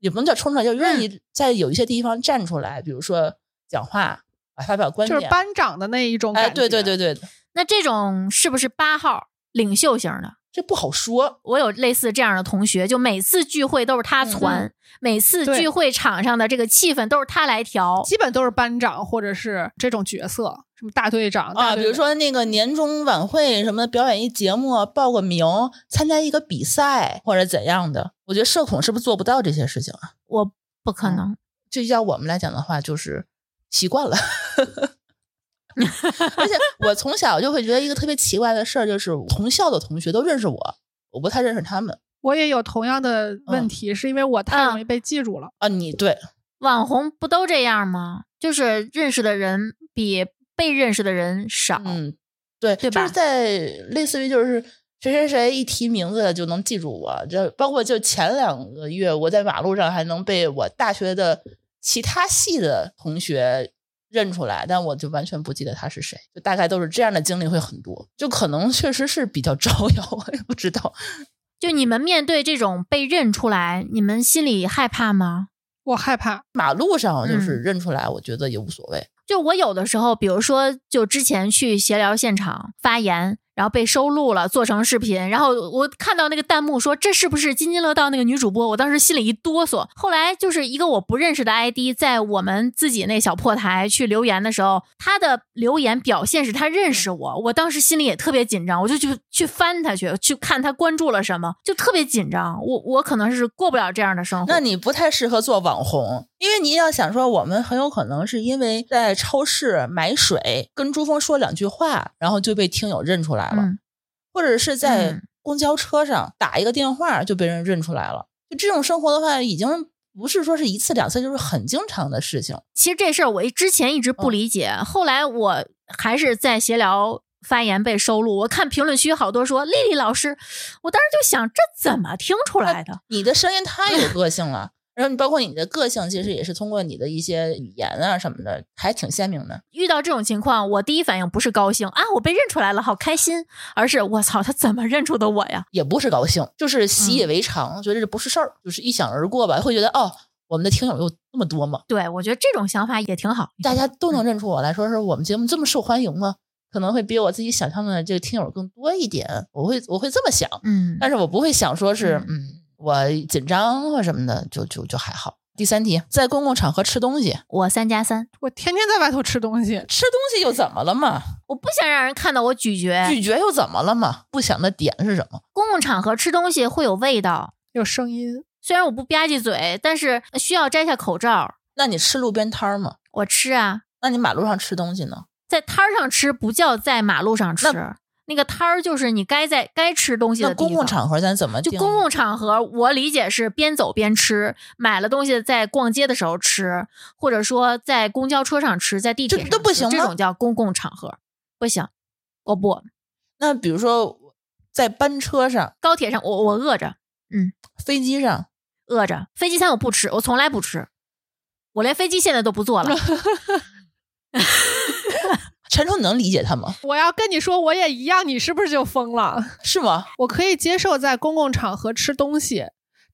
也不能叫冲出来，就愿意在有一些地方站出来，比如说讲话啊，发表观
就
点。
是班长的那一种感
哎，
觉。
对对对对，
那这种是不是八号领袖型的？
这不好说。
我有类似这样的同学，就每次聚会都是他传，每次
对
聚会场上的这个气氛都是他来调。
基本都是班长或者是这种角色，什么大队长
啊，
哦大队
比如
长
说那个年终晚会什么表演一节目，报个名，参加一个比赛或者怎样的，我觉得社恐是不是做不到这些事情啊？
我不可能，
就要我们来讲的话，就是习惯了。 [LAUGHS] 而且我从小就会觉得一个特别奇怪的事儿，就是同校的同学都认识我，我不太认识他们
我也有同样
嗯
的问题，是因为我太容易被记住了。
啊。你对，
网红不都这样吗？就是认识的人比被认识的人少。
嗯，对，
对
就
吧
是在类似于就是谁谁谁一提名字就能记住我，这包括就前两个月我在马路上还能被我大学的其他系的同学认出来，但我就完全不记得他是谁，就大概都是这样的经历会很多，就可能确实是比较招摇，我也不知道。
就你们面对这种被认出来，你们心里害怕吗？
我害怕，
马路上就是
嗯
认出来，我觉得也无所谓。
就我有的时候，比如说，就之前去闲聊现场发言，然后被收录了，做成视频，然后我看到那个弹幕说这是不是津津乐道那个女主播？我当时心里一哆嗦。后来就是一个我不认识的 ID 在我们自己那小破台去留言的时候，他的留言表现是他认识
嗯
我，我当时心里也特别紧张，我就去去翻他去，去看他关注了什么，就特别紧张。我我可能是过不了这样的生活。
那你不太适合做网红，因为你要想说，我们很有可能是因为在超市买水，跟珠峰说两句话，然后就被听友认出来了，
嗯
或者是在
嗯
公交车上打一个电话就被人认出来了。就这种生活的话，已经不是说是一次两次，就是很经常的事情。
其实这事儿我一之前一直
嗯
不理解，后来我还是在闲聊发言被收录，我看评论区好多说丽丽老师，我当时就想这怎么听出来的？
你的声音太有个性了。 [LAUGHS] 然后你包括你的个性，其实也是通过你的一些语言啊什么的，还挺鲜明的。
遇到这种情况，我第一反应不是高兴啊，我被认出来了，好开心，而是我操，他怎么认出的我呀？
也不是高兴，就是习
嗯
以为常，觉得这不是事儿，就是一闪而过吧，会觉得哦，我们的听友有那么多吗？
对，我觉得这种想法也挺好。
大家
嗯
都能认出我来说，是我们节目这么受欢迎吗？可能会比我自己想象的这个听友更多一点，我会我会这么想，
嗯，
但是我不会想说是嗯，我紧张或什么的，就就就还好。第三题，在公共场合吃东西，
我三加三，
我天天在外头吃东西，
吃东西又怎么了嘛？
我不想让人看到我咀嚼。
拒绝又怎么了嘛？不想的点是什么？
公共场合吃东西会有味道，
有声音，
虽然我不吧唧嘴，但是需要摘下口罩。
那你吃路边摊儿吗？
我吃啊，
那你马路上吃东西呢？
在摊儿上吃不叫在马路上吃，那个摊儿就是你该在该吃东西的
那
地方
公共场合咱怎么
就
定义
公共场合，我理解是边走边吃，买了东西在逛街的时候吃，或者说在公交车上吃，在地铁
这
上
都不
吃
行
这
吗
种叫公共场合，不行。我不
那比如说在班车上、
高铁上，我我饿着
飞机上，
饿着，飞机餐我不吃，我从来不吃，我连飞机现在都不坐
[LAUGHS]
了。
陈冲，你能理解他吗？ [LAUGHS]
我要跟你说，我也一样，你是不是就疯了？ [LAUGHS]
是吗？
我可以接受在公共场合吃东西，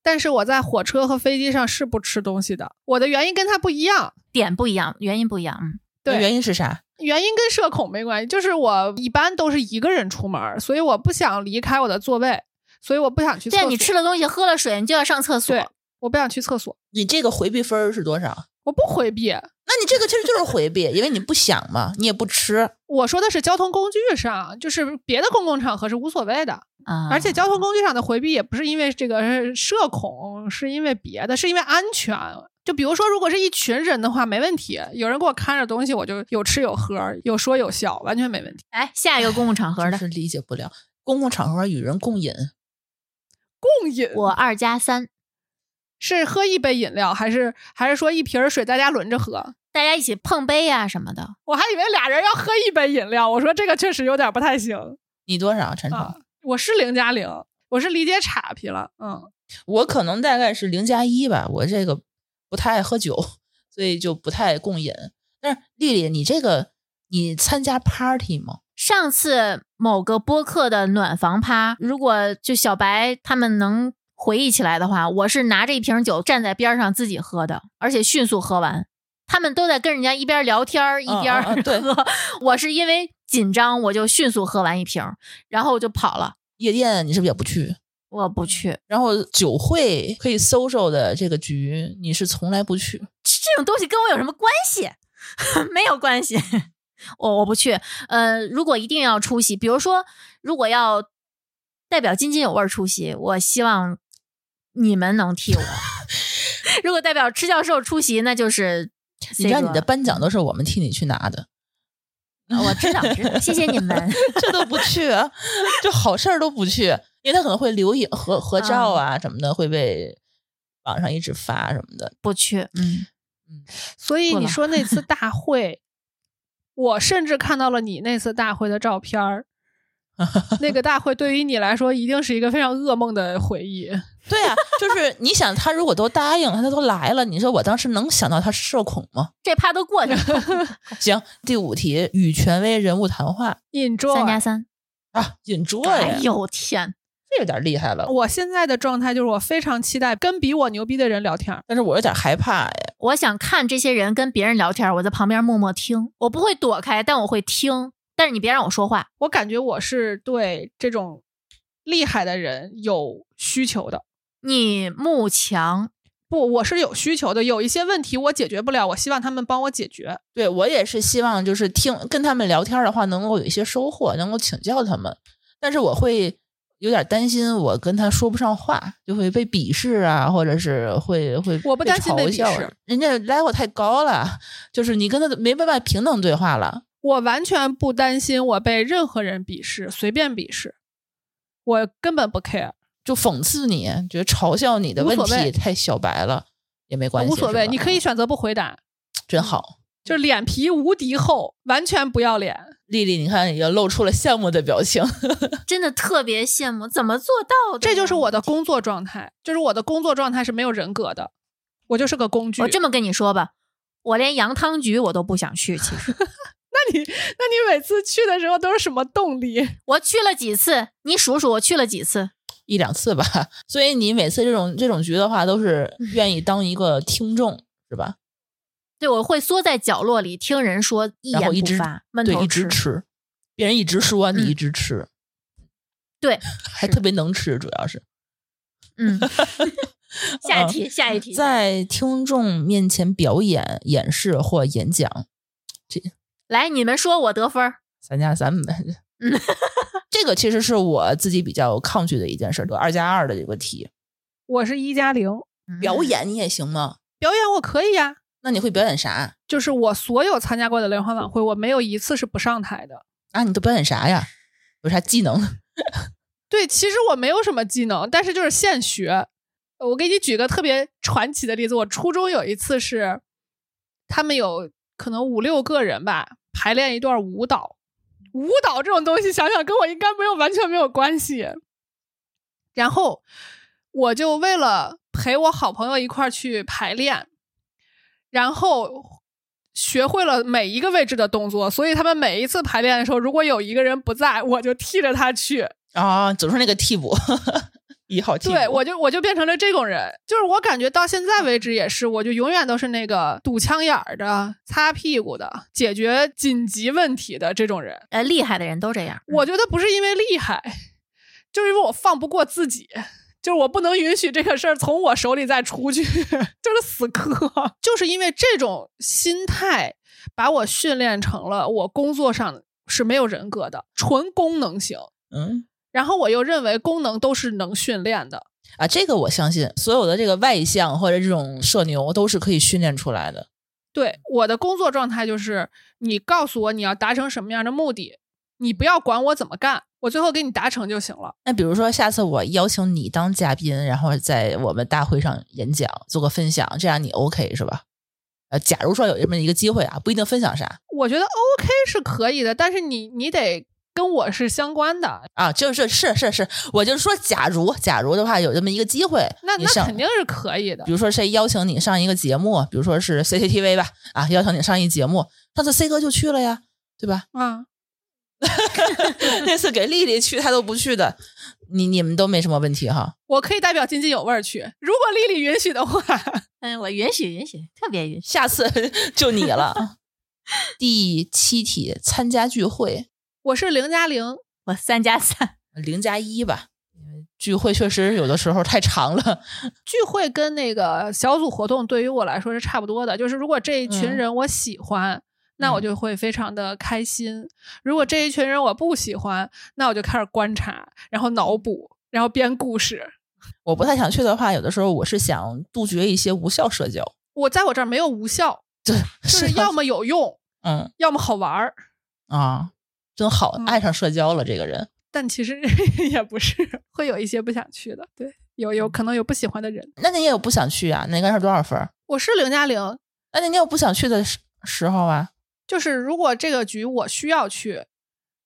但是我在火车和飞机上是不吃东西的。我的原因跟他不一样，
点不一样，原因不一样。嗯，
对
原因是啥？
原因跟社恐没关系，就是我一般都是一个人出门，所以我不想离开我的座位，所以我不想去厕
对啊
所。
你吃了东西喝了水，你就要上厕所
对。我不想去厕所，
你这个回避分儿是多少？
我不回避。
那你这个其实就是回避，因为你不想嘛，你也不吃。
我说的是交通工具上，就是别的公共场合是无所谓的，
啊，
而且交通工具上的回避也不是因为这个社恐，是因为别的，是因为安全。就比如说，如果是一群人的话，没问题，有人给我看着东西，我就有吃有喝，有说有笑，完全没问题。
来哎下一个公共场合
真
的，
是理解不了，公共场合与人共饮，
共饮
我二加三，
是喝一杯饮料，还是还是说一瓶水大家轮着喝？
大家一起碰杯呀、什么的。
我还以为俩人要喝一杯饮料，我说这个确实有点不太行
你多少陈
啊
诚？。
我是零加零，我是理解岔劈了，嗯，
我可能大概是零加一吧，我这个不太爱喝酒，所以就不太共饮。但是丽丽，你这个你参加 party 吗？
上次某个播客的暖房趴，如果就小白他们能回忆起来的话，我是拿着一瓶酒站在边上自己喝的，而且迅速喝完。他们都在跟人家一边聊天儿一边儿
啊啊对
喝， [LAUGHS] 我是因为紧张，我就迅速喝完一瓶儿，然后我就跑了。
夜店你是不是也不去？
我不去
然后酒会可以 social 的这个局，你是从来不去。
这种东西，跟我有什么关系？ [LAUGHS] 没有关系， [LAUGHS] 我我不去。呃，如果一定要出席，比如说，如果要代表津津有味儿出席，我希望你们能替我。 [LAUGHS] 如果代表吃教授出席，那就是
你知道
C
你
哥
的颁奖都是我们替你去拿的，
我知道，知道谢谢你们。
[LAUGHS] 这都不去、啊，就好事儿都不去，因为他可能会留影合合照啊什么的，会被网上一直发什么的。
不去，
嗯，
所以
过
你
了
说
[LAUGHS]
那次大会，我甚至看到了你那次大会的照
[LAUGHS]
片儿。那个大会对于你来说一定是一个非常噩梦的回忆。
对啊，就是你想他如果都答应，他都来了，你说我当时能想到他社恐吗？
这趴都过去
[LAUGHS]
了，
行，第五题与权威人物谈话
Enjoy，
三加 [LAUGHS] 三。
啊，引桌
哎
呀，
呦天，
这有点厉害了，
我现在的状态就是我非常期待跟比我牛逼的人聊天儿。
但是我有点害怕呀。
我想看这些人跟别人聊天，我在旁边默默听，我不会躲开，但我会听。但是你别让我说话，
我感觉我是对这种厉害的人有需求的。
你慕强，
不，我是有需求的。有一些问题我解决不了，我希望他们帮我解决。
对我也是希望就是听跟他们聊天的话，能够有一些收获，能够请教他们，但是我会。有点担心，我跟他说不上话，就会被鄙视啊，或者是会会
我不担心被
嘲
鄙
笑啊
视，
人家 level 太高了，就是你跟他没办法平等对话了。
我完全不担心我被任何人鄙视，随便鄙视，我根本不 care，
就讽刺你，觉得嘲笑你的
无
问
所谓
题太小白了，也没关系，
无所
是
谓。
吧嗯
你可以嗯选择不回答，
真好。
就是脸皮无敌厚，完全不要脸。
丽丽，你看也露出了羡慕的表情。
真的特别羡慕，怎么做到的？
这就是我的。工作状态，就是我的工作状态是没有人格的，我哦就是个工具。
我这么跟你说吧，我连羊汤局我都不想去。其实
那你 [LAUGHS] 那你每次去的时候都是什么动力？ [LAUGHS]
我去了几次，你数数我去了几次。
一两次吧， [LAUGHS] 所以你每次这种这种局的话，都是
嗯
愿意当一个听众，是吧？
对，我会缩在角落里听人说，一
然后一
言
直
不发，闷
对，
头
一直
吃。
吃，别人一直说你
嗯
一直吃，
对，
[LAUGHS] 还特别能吃，主要是 [LAUGHS]
嗯，下一题，下一题。
嗯在听众面前表演、演示或演讲，
来，你们说我得分儿，
三加三呗
[LAUGHS] 嗯。
这个其实是我自己比较抗拒的一件事，就二加二的这个题。
我是一加零，
嗯
表演你也行吗？
表演我可以呀、
那你会表演啥
就是我所有参加过的联欢晚会，我没有一次是不上台的。
啊？你都表演啥呀？有啥技能？ [LAUGHS]
对，其实我没有什么技能，但是就是现学。我给你举个特别传奇的例子，我初中有一次是，他们有可能五六个人吧，排练一段舞蹈。舞蹈这种东西，想想跟我应该没有完全没有关系。然后我就为了陪我好朋友一块儿去排练，然后学会了每一个位置的动作，所以他们每一次排练的时候，如果有一个人不在，我就替着他去。
啊，总是那个替补， [LAUGHS] 一号替补。
对，我就我就变成了这种人，就是我感觉到现在为止也是，我就永远都是那个堵枪眼儿的、擦屁股的、解决紧急问题的这种人。
呃，厉害的人都这样。
我觉得不是因为厉害， [LAUGHS] 就是因为我放不过自己，就是我不能允许这个事儿从我手里再出去， [LAUGHS] 就是死磕。就是因为这种心态，把我训练成了我工作上是没有人格的，纯功能型。
嗯
然后我又认为功能都是能训练的，
啊，这个我相信，所有的这个外向或者这种社牛都是可以训练出来的。
对，我的工作状态就是，你告诉我你要达成什么样的目的，你不要管我怎么干，我最后给你达成就行了。
那比如说，下次我邀请你当嘉宾，然后在我们大会上演讲，做个分享，这样你 OK 是吧？呃，假如说有这么一个机会啊，不一定分享啥
我觉得 OK 是可以的，但是你你得跟我是相关的，
啊，就是是是是，我就说假如假如的话有这么一个机会，
那
你
那
想
肯定是可以的
比。如说谁邀请你上一个节目，比如说是 CCTV 吧，啊，邀请你上一节目，上次 C 哥就去了呀，对吧？
啊，
[LAUGHS] 那次给丽丽去，她都不去的，你你们都没什么问题哈。
我可以代表津津有味儿去，如果丽丽允许的话。 [LAUGHS]
嗯，我允许允许，特别允许。
下次 [LAUGHS] 就你了。 [LAUGHS] 第七题，参加聚会
我是零加零，
我三加三， [LAUGHS]
零加一吧，因为聚会确实有的时候太长了。
聚会跟那个小组活动对于我来说是差不多的，就是如果这一群
嗯
人我喜欢，那我就会非常的开心；如果这一群人我不喜欢，那我就开始观察，然后脑补，然后编故事。
我不太想去的话，有的时候我是想杜绝一些无效社交，
我在我这儿没有无效，
对，
就是
啊
要么有用，
嗯
要么好玩儿，
啊，真好，
嗯
爱上社交了这个人。
但其实 [LAUGHS] 也不是，会有一些不想去的。对，有有可能有不喜欢的人。
那你也有不想去啊？那该是多少分儿？
我是零加零，
那你有不想去的时时候啊？
就是如果这个局我需要去，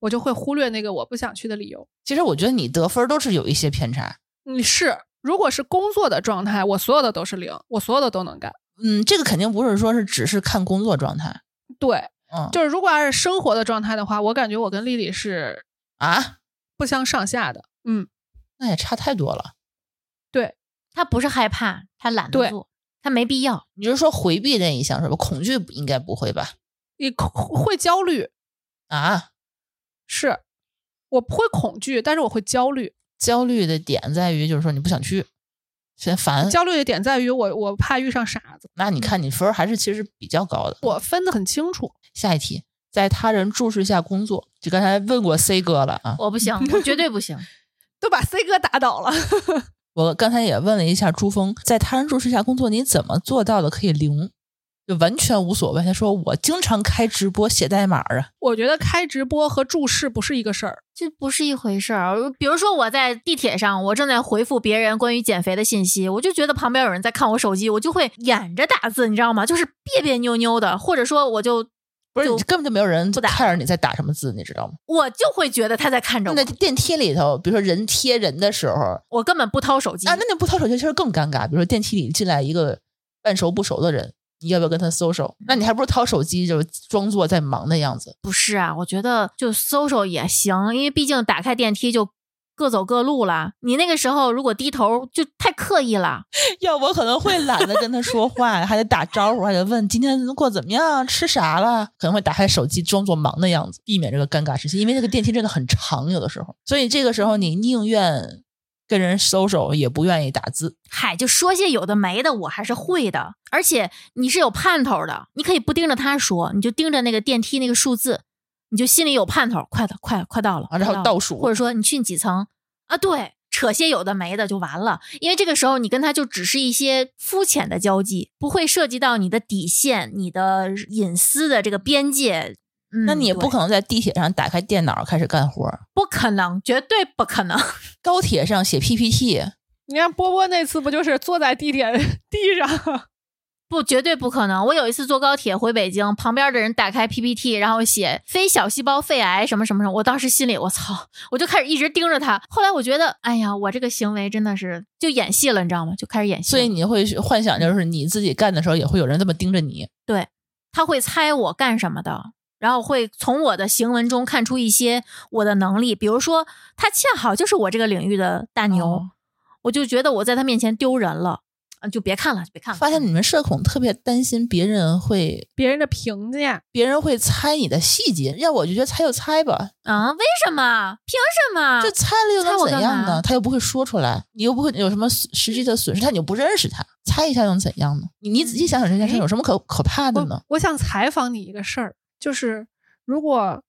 我就会忽略那个我不想去的理由。
其实我觉得你得分儿都是有一些偏差。
你嗯是如果是工作的状态，我所有的都是零，我所有的都能干。
嗯，这个肯定不是说是只是看工作状态。
对，
嗯，
就是如果要是生活的状态的话，我感觉我跟丽丽是
啊，
不相上下的。嗯，
那也差太多了。
他不是害怕，他懒
对
得做，他没必要。
你是说回避那一项是吧？恐惧不应该不会吧？
你恐会焦虑
啊，
是，我不会恐惧，但是我会焦虑。
焦虑的点在于就是说你不想去，嫌烦。
焦虑的点在于我我怕遇上傻子，
那你看你分儿还是其实比较高的。
我分得很清楚。
下一题，在他人注视下工作，就刚才问过 C 哥了啊，
我不行，我绝对不行。
都把 C 哥打倒了， [LAUGHS]
我刚才也问了一下朱峰，在他人注视下工作，你怎么做到的可以零，就完全无所谓？他说我经常开直播写代码啊，
我觉得开直播和注视不是一个事儿。
这不是一回事儿。啊比如说，我在地铁上，我正在回复别人关于减肥的信息，我就觉得旁边有人在看我手机，我就会掩着打字，你知道吗？就是别别扭扭的，或者说我就
不是
就
你根本就没有人
不打
care 你在打什么字，你知道吗？
我就会觉得他在看着我
那，电梯里头，比如说人贴人的时候啊，
我根本不掏手机。
那你不掏手机其实更尴尬。比如说电梯里进来一个半熟不熟的人，你要不要跟他 social？那你还不如掏手机，就是装作在忙的样子。
不是啊，我觉得就搜搜也行，因为毕竟打开电梯就各走各路了。你那个时候如果低头就太刻意了，
[LAUGHS] 要我可能会懒得跟他说话，还得打招呼，还得问今天过得怎么样，吃啥了，可能会打开手机装作忙的样子，避免这个尴尬时期。因为那个电梯真的很长，有的时候，所以这个时候你宁愿跟人 social，也不愿意打字。
嗨，就说些有的没的，我还是会的。而且你是有盼头的，你可以不盯着他说，你就盯着那个电梯那个数字，你就心里有盼头，快的，快了，快到了，
啊然
快
后
到
倒
了
数
或者说你去几层啊？对，扯些有的没的就完了，因为这个时候你跟他就只是一些肤浅的交际，不会涉及到你的底线、你的隐私的这个边界。嗯、
那你也不
对
可能在地铁上打开电脑开始干活，
不可能，绝对不可能。
高铁上写 PPT，
你看波波那次不就是坐在地铁 [LAUGHS] 地上？
不，绝对不可能！我有一次坐高铁回北京，旁边的人打开 PPT，然后写“非小细胞肺癌什么什么什么”，我当时心里我操，我就开始一直盯着他。后来我觉得，哎呀，我这个行为真的是就演戏了，你知道吗？就开始演戏
所
了。
以你会幻想，就是你自己干的时候，也会有人这么盯着你。
他会猜我干什么的，然后会从我的行文中看出一些我的能力，比如说他恰好就是我这个领域的大牛，
哦
我就觉得我在他面前丢人了，啊，就别看了，就别看了。
发现你们社恐特别担心别人会，
别人的评价，
别人会猜你的细节。要我就觉得猜就猜吧，
啊？为什么？凭什么？
这猜了又
啊猜我
能怎
干
样呢？
嘛
他又不会说出来，你又不会有什么损实际的损失，他你又不认识他，猜一下又能怎样呢？你你仔细想想这件
嗯
事
哎
有什么可可怕的呢
我？我想采访你一个事儿，就是如果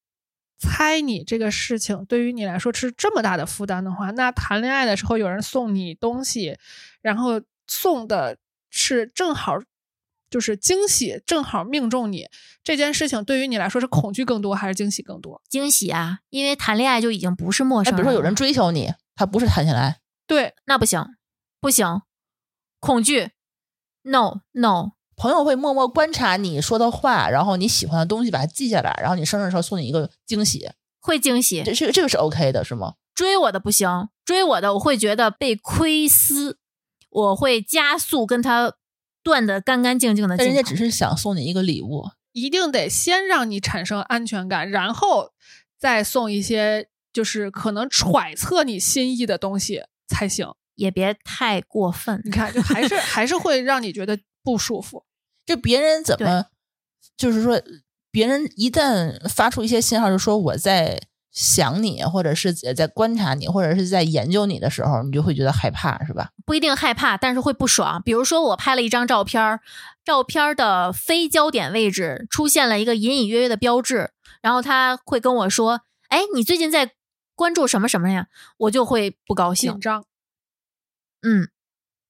猜你这个事情对于你来说是这么大的负担的话，那谈恋爱的时候有人送你东西，然后送的是正好就是惊喜，正好命中你这件事情，对于你来说是恐惧更多还是惊喜更多？
惊喜啊，因为谈恋爱就已经不是陌
哎，
生
比如
了
说有人追求你，他不是谈起来，
对，
那不行，不行，恐惧，no no，
朋友会默默观察你说的话，然后你喜欢的东西把它记下来，然后你生日的时候送你一个惊喜，
会惊喜。
这这个这个是 OK 的，是吗？
追我的不行，追我的我会觉得被窥私，我会加速跟他断的干干净净的。
但人家只是想送你一个礼物，
一定得先让你产生安全感，然后再送一些就是可能揣测你心意的东西才行。
也别太过分
你。看，就还是还是会让你觉得不舒服。
就别人怎么，就是说，别人一旦发出一些信号，就说我在想你，或者是在观察你，或者是在研究你的时候，你就会觉得害怕，是吧？
不一定害怕，但是会不爽。比如说，我拍了一张照片儿，照片儿的非焦点位置出现了一个隐隐约约的标志，然后他会跟我说：“哎，你最近在关注什么什么呀？”我就会不高
紧
兴。
张，
嗯，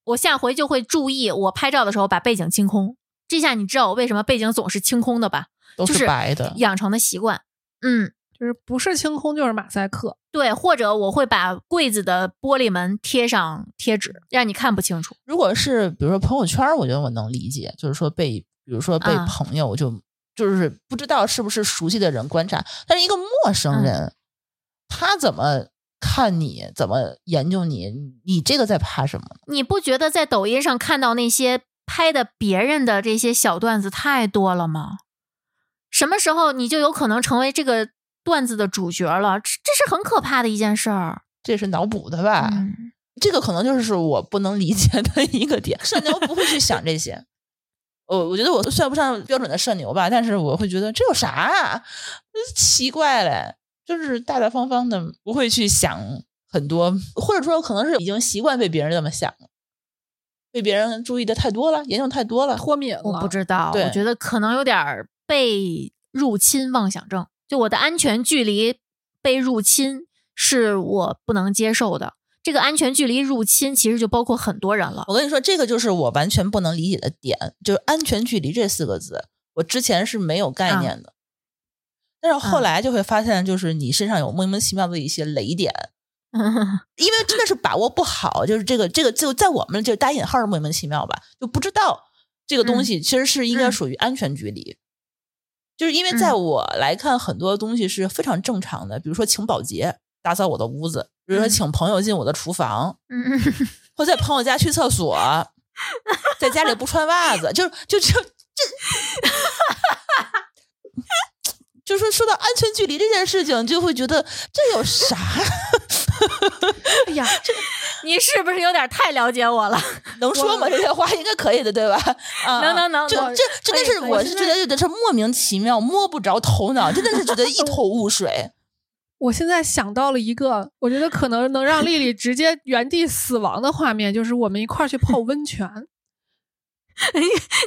我下回就会注意，我拍照的时候把背景清空。这下你知道我为什么背景总是清空的吧？
都
就是
白的，
养成的习惯。嗯，
就是不是清空就是马赛克。
对，或者我会把柜子的玻璃门贴上贴纸，让你看不清楚。
如果是比如说朋友圈儿，我觉得我能理解，就是说被比如说被
啊
朋友就、就是不知道是不是熟悉的人观察，但是一个陌生
嗯
人，他怎么看你，怎么研究你，你这个在怕什么呢？
你不觉得在抖音上看到那些拍的别人的这些小段子太多了吗？什么时候你就有可能成为这个段子的主角了？这这是很可怕的一件事儿。
这是脑补的吧？
嗯，
这个可能就是我不能理解的一个点。社牛不会去想这些，我我觉得我算不上标准的社牛吧，但是我会觉得这有啥、啊、奇怪嘞？就是大大方方的，不会去想很多，或者说可能是已经习惯被别人这么想了，被别人注意的太多了，研究太多了，
脱敏了，
我不知道，
对
我觉得可能有点儿被入侵妄想症，就我的安全距离被入侵是我不能接受的。这个安全距离入侵其实就包括很多人了。
我跟你说，这个就是我完全不能理解的点，就是安全距离这四个字，我之前是没有
啊
概念的，但是
嗯
后来就会发现，就是你身上有莫名其妙的一些雷点，嗯因为真的是把握不好，就是这个这个就在我们就打引号的莫名其妙吧，就不知道这个东西其实是应该
嗯
属于安全距离，就是因为在
嗯
我来看，很多东西是非常正常的，比如说请保洁打扫我的屋子，比如说
嗯
请朋友进我的厨房，
嗯，
或在朋友家去厕所，在家里不穿袜子，就就就这，就说说到安全距离这件事情，就会觉得这有啥？
哎呀，
[LAUGHS] 你是不是有点太了解
[LAUGHS]
我了？
能说吗？这些话应该可以的，对吧？啊，
能能能
这
我
这真
可
的
以
是，
可以
我
现
是
在
觉得这是莫名其妙，摸不着头脑，真的是觉得一头雾水。
我现在想到了一个，我觉得可能能让丽丽直接原地死亡的画面，就是我们一块儿去泡温泉。
[LAUGHS]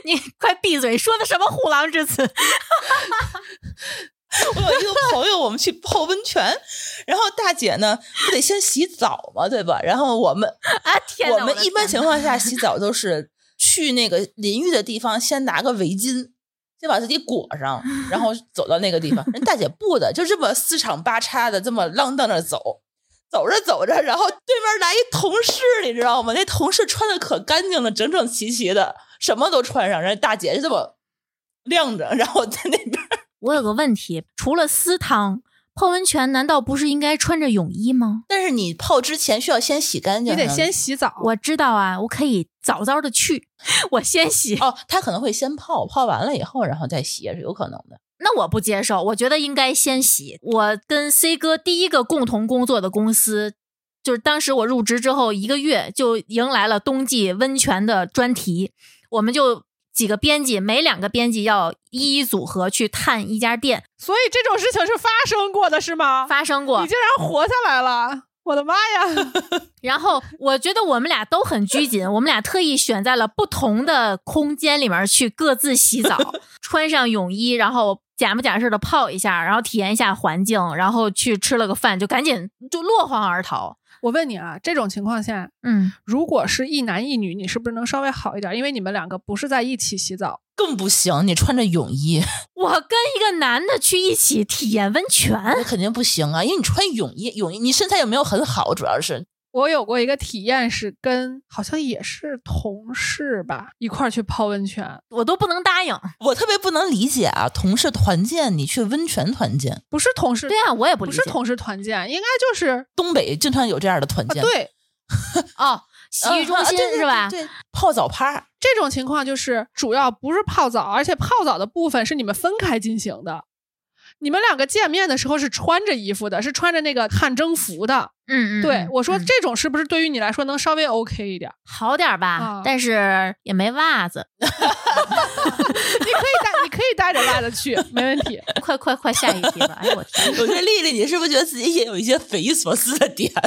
你快闭嘴，说的什么虎狼之词？ [LAUGHS] 啊
我有一个朋友，我们去泡温泉，然后大姐呢不得先洗澡嘛，对吧？然后我们
啊天哪
我
我
们
的
一般
天
情况下洗澡都 [LAUGHS] 是去那个淋浴的地方，先拿个围巾，先把自己裹上，然后走到那个地方。人大姐不的，就这么四敞八叉的这么浪荡着走。走着走着，然后对面来一同事，你知道吗？那同事穿的可干净了，整整齐齐的，什么都穿上。人家大姐就这么晾着，然后在那边
我有个问题，除了私汤，泡温泉难道不是应该穿着泳衣吗？
[LAUGHS] 但是你泡之前需要先洗干净，啊
你得
然后
先洗澡，
我知道啊，我可以早早的去， [LAUGHS] 我先洗。
哦，他可能会先泡，泡完了以后然后再洗也是有可能的。
[LAUGHS] 那我不接受，我觉得应该先洗。我跟 C 哥第一个共同工作的公司，就是当时我入职之后一个月，就迎来了冬季温泉的专题。我们就几个编辑，每两个编辑要一一组合去探一家店，
所以这种事情是发生过的，是吗？
发生过
你。竟然活下来了，我的妈呀！ [LAUGHS]
然后我觉得我们俩都很拘谨，我们俩特意选在了不同的空间里面去各自洗
[LAUGHS]
澡，穿上泳衣，然后假模假式的泡一下，然后体验一下环境，然后去吃了个饭，就赶紧就落荒而逃。
我问你啊，这种情况下，
嗯，
如果是一男一女，你是不是能稍微好一点？因为你们两个不是在一起洗澡，
更不行，你穿着泳衣，
我跟一个男的去一起体验温泉，
那肯定不行啊！因为你穿泳衣，泳衣你身材也没有很好，主要是
我有过一个体验是跟好像也是同事吧一块儿去泡温泉，
我都不能答应。
嗯
我特别不能理解啊，同事团建你去温泉团建，
不是同事
对啊，我也不理
不
解
是同事团建，应该就是
东北经常有这样的团
啊
建，
对
哦，洗
呃
浴中心、
啊对对
是吧？
对对泡澡趴儿，
这种情况就是主要不是泡澡，而且泡澡的部分是你们分开进行的。你们两个见面的时候是穿着衣服的，是穿着那个汗蒸服的。
嗯嗯，
对
嗯
我说，
嗯
这种是不是对于你来说能稍微 OK 一点？
好点儿吧，
啊
但是也没袜子。
你可以带，你可以带着袜子去，没问题。
快快快，下一题吧！哎呦我天，
[LAUGHS]
我觉得丽丽，你是不是觉得自己也有一些匪夷所思的点？啊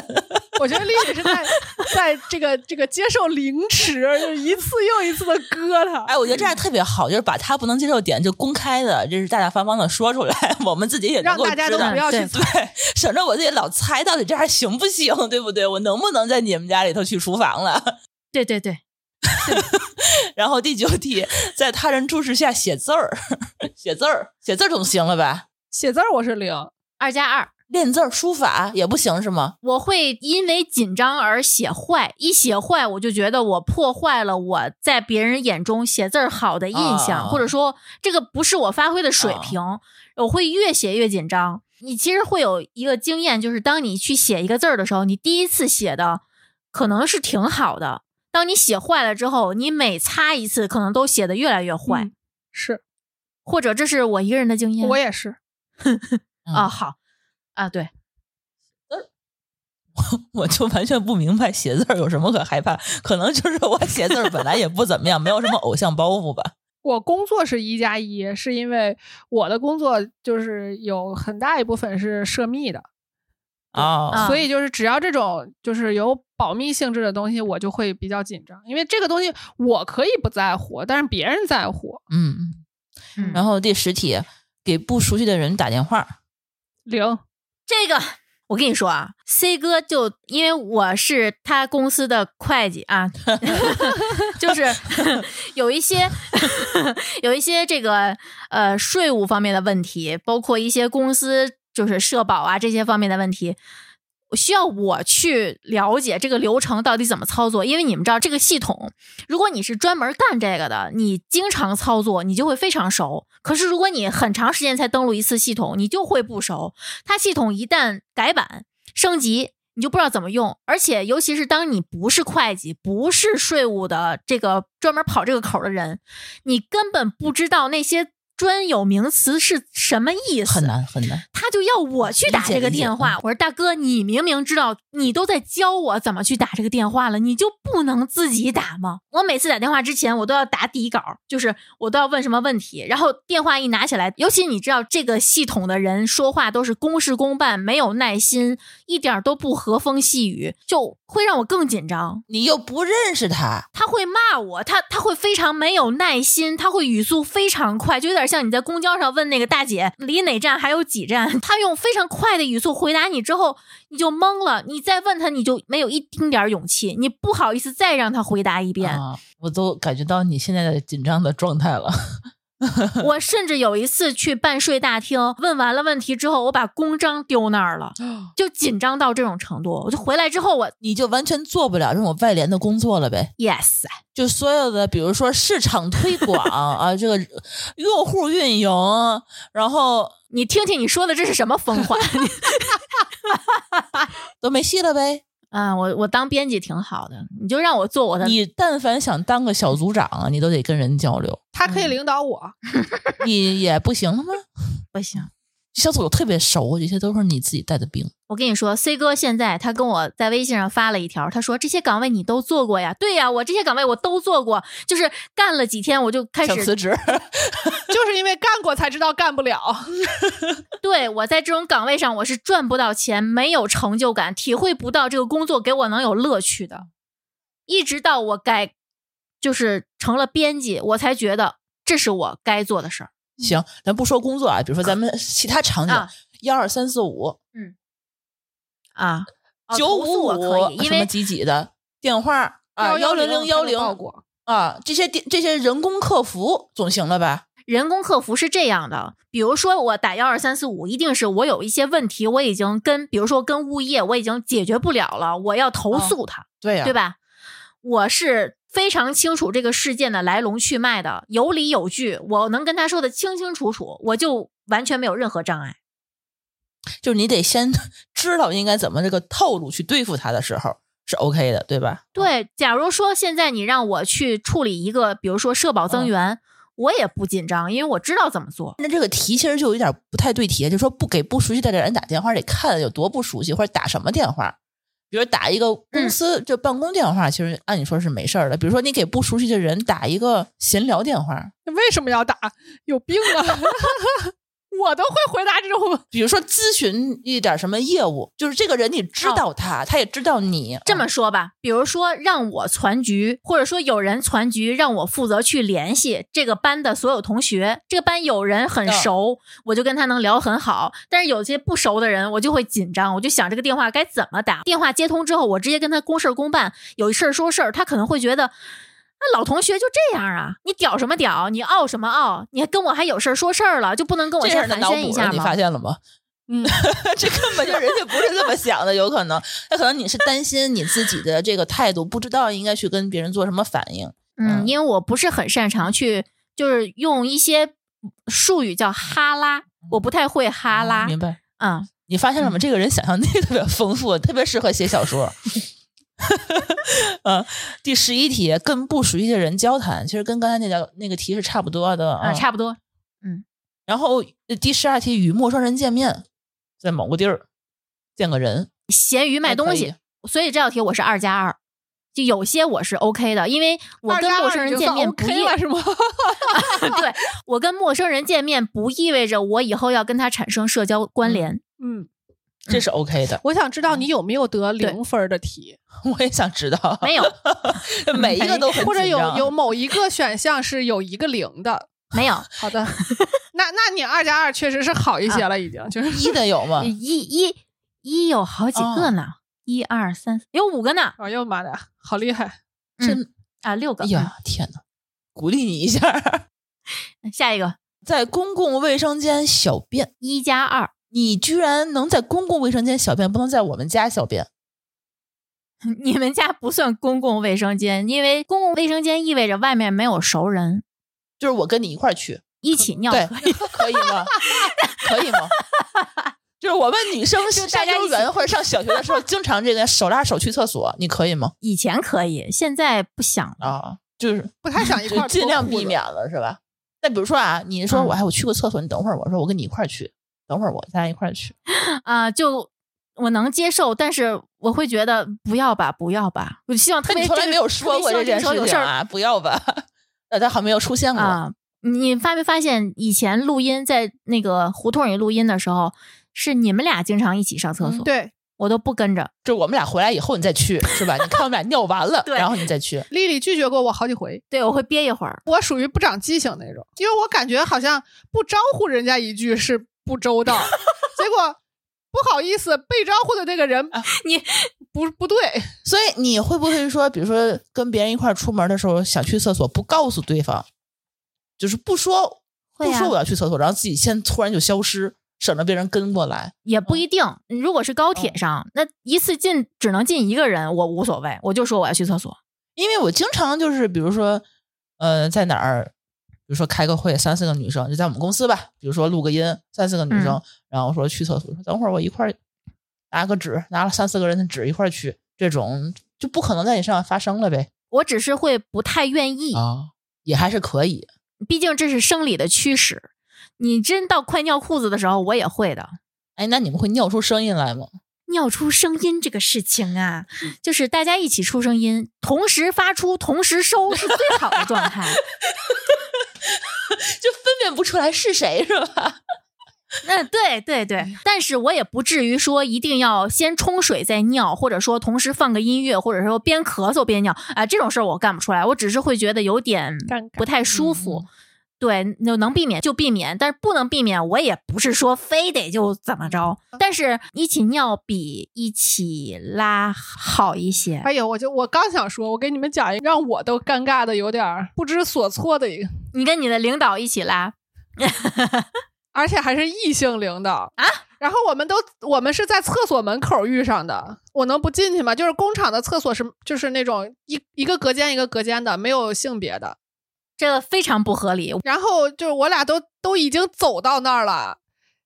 我觉得丽丽是在在这个这个接受凌迟，就是一次又一次的割他。
哎，我觉得这样特别好，就是把她不能接受点就公开的，就是大大方方的说出来， [LAUGHS] 我们自己也能
让
够
大家
知
都
道
不要去
对
对，省着我自己老猜到底这样行不行，对不对？我能不能在你们家里头去厨房了？
对对对，
然后第九题，在他人注视下写字儿， [LAUGHS] 写字儿，写字儿总行了吧？
写字儿，我是零。
二加二，
练字儿、书法也不行是吗？ [LAUGHS]
我会因为紧张而写坏，一写坏我就觉得我破坏了我在别人眼中写字儿好的印象，
啊
或者说这个不是我发挥的水平，我会越写越紧张。你其实会有一个经验，就是当你去写一个字儿的时候，你第一次写的可能是挺好的，当你写坏了之后，你每擦一次可能都写的越来越坏，
嗯是
或者这是我一个人的经验。
我也是，
啊、好啊，对，
我就完全不明白写字儿有什么可害怕，可能就是我写字儿本来也不怎么样，没有什么偶像包袱吧。
我工作是一加一，是因为我的工作就是有很大一部分是涉密的，
[LAUGHS] 哦，
啊
所以就是只要这种就是有保密性质的东西，我就会比较紧张，因为这个东西我可以不在乎，但是别人在乎。
嗯，
嗯
然后第十题，给不熟悉的人打电话，
零，
这个我跟你说啊，C 哥就因为我是他公司的会计啊， [LAUGHS] 就是 [LAUGHS] 有一些 [LAUGHS] 有一些这个呃税务方面的问题，包括一些公司就是社保啊这些方面的问题。需要我去了解这个流程到底怎么操作，因为你们知道这个系统，如果你是专门干这个的，你经常操作，你就会非常熟。可是如果你很长时间才登录一次系统，你就会不熟。它系统一旦改版升级，你就不知道怎么用。而且，尤其是当你不是会计、不是税务的这个专门跑这个口儿的人，你根本不知道那些专有名词是什么意思。
很难很难。
他就要我去打
理解
这个
理解嗯
电话。我说大哥，你明明知道，你都在教我怎么去打这个电话了，你就不能自己打吗？我每次打电话之前，我都要打底稿，就是我都要问什么问题，然后电话一拿起来，尤其你知道这个系统的人说话都是公事公办，没有耐心，一点儿都不和风细雨，就会让我更紧张。
[LAUGHS] 你又不认识他，
他会骂我，他他会非常没有耐心，他会语速非常快，就有点像你在公交上问那个大姐离哪站还有几站， [LAUGHS] 他用非常快的语速回答你之后，你就懵了，你再问他你就没有一丁点儿勇气，你不好意思再让他回答一遍。
啊，我都感觉到你现在的紧张的状态了。 [LAUGHS]
我甚至有一次去办税大厅，问完了问题之后，我把公章丢那儿了，就紧张到这种程度，我就回来之后我
你就完全做不了这种外联的工作了呗？
yes
就所有的，比如说市场推广啊，这个用户运营，然后
你听听你说的这是什么疯话？
都没戏了呗。
啊，我我当编辑挺好的，你就让我做我的
你但凡想当个小组长啊，你都得跟人交流，
他可以领导我，
你也不行了吗？
[LAUGHS] 不行。
小组特别熟，这些都是你自己带的兵。
我跟你说，C 哥现在他跟我在微信上发了一条，他说这些岗位你都做过呀？对呀，我这些岗位我都做过，就是干了几天我就开
想辞
始，
职，
就是因为干过才知道干不了。
对我在这种岗位上我是赚不到钱，没有成就感，体会不到这个工作给我能有乐趣的。一直到我改，就是成了编辑，我才觉得这是我该做的事儿。
行，咱不说工作啊，比如说咱们其他场景
啊，
幺二三四五
啊，哦
九
投诉
五
我可以，
五
因
什么
为
几几的电话啊，幺零零幺
报
零
过，
啊，这些电这些人工客服总行了吧？
人工客服是这样的，比如说我打幺二三四五，一定是我有一些问题，我已经跟比如说跟物业我已经解决不了了，我要投诉他，
对呀、
对吧？我是非常清楚这个事件的来龙去脉的，有理有据，我能跟他说的清清楚楚，我就完全没有任何障碍。
就是你得先 [LAUGHS] 知道应该怎么这个套路去对付他的时候是 OK 的，对吧？
对，假如说现在你让我去处理一个，比如说社保增
嗯
援，我也不紧张，因为我知道怎么做。
那这个题其实就有点不太对题，就说不给不熟悉的人打电话得看有多不熟悉，或者打什么电话。比如打一个
嗯
公司、就办公电话，其实按理说是没事儿的。比如说你给不熟悉的人打一个闲聊电话，
为什么要打？有病啊！ [LAUGHS] 我都会回答这种，
比如说咨询一点什么业务，就是这个人你知道他，他也知道你。
哦这么说吧，比如说让我攒局，或者说有人攒局让我负责去联系这个班的所有同学，这个班有人很
嗯
熟，我就跟他能聊很好；但是有些不熟的人，我就会紧张，我就想这个电话该怎么打。电话接通之后，我直接跟他公事公办，有事儿说事儿，他可能会觉得。那老同学就这样啊！你屌什么屌？你傲什么傲？你还跟我还有事儿说事儿了，就不能跟我
这事儿
先
的
寒
脑
暄一
补了
下
你
吗？
发现了吗？
嗯，
[LAUGHS] 这根本就人家不是这么想的，有可能，那可能你是担心你自己的这个态度，不知道应该去跟别人做什么反应。
嗯，
嗯
因为我不是很擅长去，就是用一些术语叫哈拉，我不太会
哦
哈拉。
明白？
啊嗯，
你发现了吗？这个人想象力特别丰富，特别适合写
[LAUGHS]
小说。嗯，第十一题，跟不熟悉的人交谈，其实跟刚才那条那个题是差不多的
啊，
嗯
差不多。
然后呃第十二题，与陌生人见面，在某个地儿见个人，
闲鱼卖东西，所以这道题我是二加二。就有些我是 OK 的，因为我
二
跟
加
陌
二
生
已
人
经
见
算
面不
OK
意，
了是吗？ [LAUGHS]
嗯
[LAUGHS] 对我跟陌生人见面不意味着我以后要跟他产生社交关联。
嗯，
这是 OK 的。
我想知
嗯
道你有没有得
对
零分儿的题，
我也想知道，
没有，
每一个都很
或者
紧
有
张
有某一个选项是有一个零的。
没
[LAUGHS]
有，
好
[LAUGHS]
的，那那你二加二确实是好一
啊
些了，已经就是
一的有吗？
一一一有好几个
哦
呢，一二三四有五个呢，
哎呦妈的，好厉害！
嗯啊六个。
哎呀，天哪！鼓励你一下，
嗯，下一个
[LAUGHS] 在公共卫生间小便，
一加二，
你居然能在公共卫生间小便，不能在我们家小便。
[LAUGHS] 你们家不算公共卫生间，因为公共卫生间意味着外面没有熟人
就是我跟你一块儿去，
一起尿。
对，可以吗？ [LAUGHS] 可以吗？就是我们女生
就大
上
家一
幼
起
儿园或者上小学的时候，经常这个手拉手去厕所，你可以吗？
以前可以，现在不想了。
啊，就是
不太想一块
就
儿
尽量
脱裤
避
子
免了，是吧？那比如说啊，你说
嗯
我哎，我去过厕所，你等会儿，我说我跟你一块儿去，等会儿我咱俩一块儿去。
啊、就我能接受，但是我会觉得不要吧，不要吧。我希望特
但
别
你从来
这个
没有说过
特
这
别希望个时候
件事
有
情
事儿
啊，不要吧？ [LAUGHS] 呃，他好像没有出现过。
啊、你发没发现以前录音在那个胡同里录音的时候，是你们俩经常一起上
嗯
厕所，
对，
我都不跟着。
就我们俩回来以后，你再去是吧？你看我们俩尿完了，
对
然后你再去。
丽丽拒绝过我好几回，
对，我会憋一会儿。
我属于不长记性那种，因为我感觉好像不招呼人家一句是不周到，结果不好意思被招呼的那个人
你
不不对，
所以你会不会说，比如说跟别人一块儿出门的时候，想去厕所不告诉对方，就是不说、
会
不
啊
说我要去厕所，然后自己先突然就消失，省得别人跟过来。
也不一定，如果是高铁上，那一次进只能进一个人，我无所谓，我就说我要去厕所。
因为我经常就是，比如说，呃，在哪儿，比如说开个会，三四个女生就在我们公司吧，比如说录个音，三四个女生，然后说去厕所，说等会儿我一块儿拿个纸，拿了三四个人的纸一块儿去，这种就不可能在你身上发生了呗。
我只是会不太愿意，
啊，也还是可以。
毕竟这是生理的驱使。你真到快尿裤子的时候，我也会的。
哎，那你们会尿出声音来吗？ [LAUGHS]
尿出声音这个事情啊，就是大家一起出声音，同时发出，同时收，是最好的状态。
就分辨不出来是谁是啊吧？
[LAUGHS] 那嗯对对
哎
对，但是我也不至于说一定要先冲水再尿，或者说同时放个音乐，或者说边咳嗽边尿啊、这种事儿我干不出来，我只是会觉得有点
尴尬嗯
不太舒服。对，就能避免就避免，但是不能避免，我也不是说非得就怎么着。
嗯
但是一起尿比一起拉好一些。
哎呦，我就我刚想说，我给你们讲一个让我都尴尬的有点儿不知所措的一个，
你跟你的领导一起拉，
而且还是异性领导啊。然后我们都我们是在厕所门口遇上的，我能不进去吗？就是工厂的厕所是就是那种一一个隔间一个隔间的，没有性别的。
这个非常不合理。
然后就是我俩都都已经走到那儿了，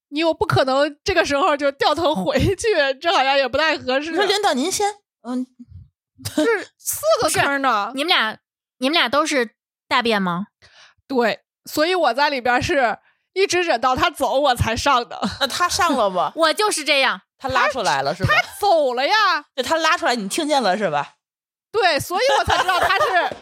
你又不可能这个时候就掉头回去，这好像也不太合适。
你说领导您先，嗯，
是四个坑呢，
你们俩，你们俩都是大便吗？
对，所以我在里边是一直忍到他走我才上 [LAUGHS] 的。
那他上了吗？
我就是这样，
他拉出来了是吧？
他走了呀，
就他拉出来，你听见了是吧？
对，所以我才知道他 [LAUGHS] 是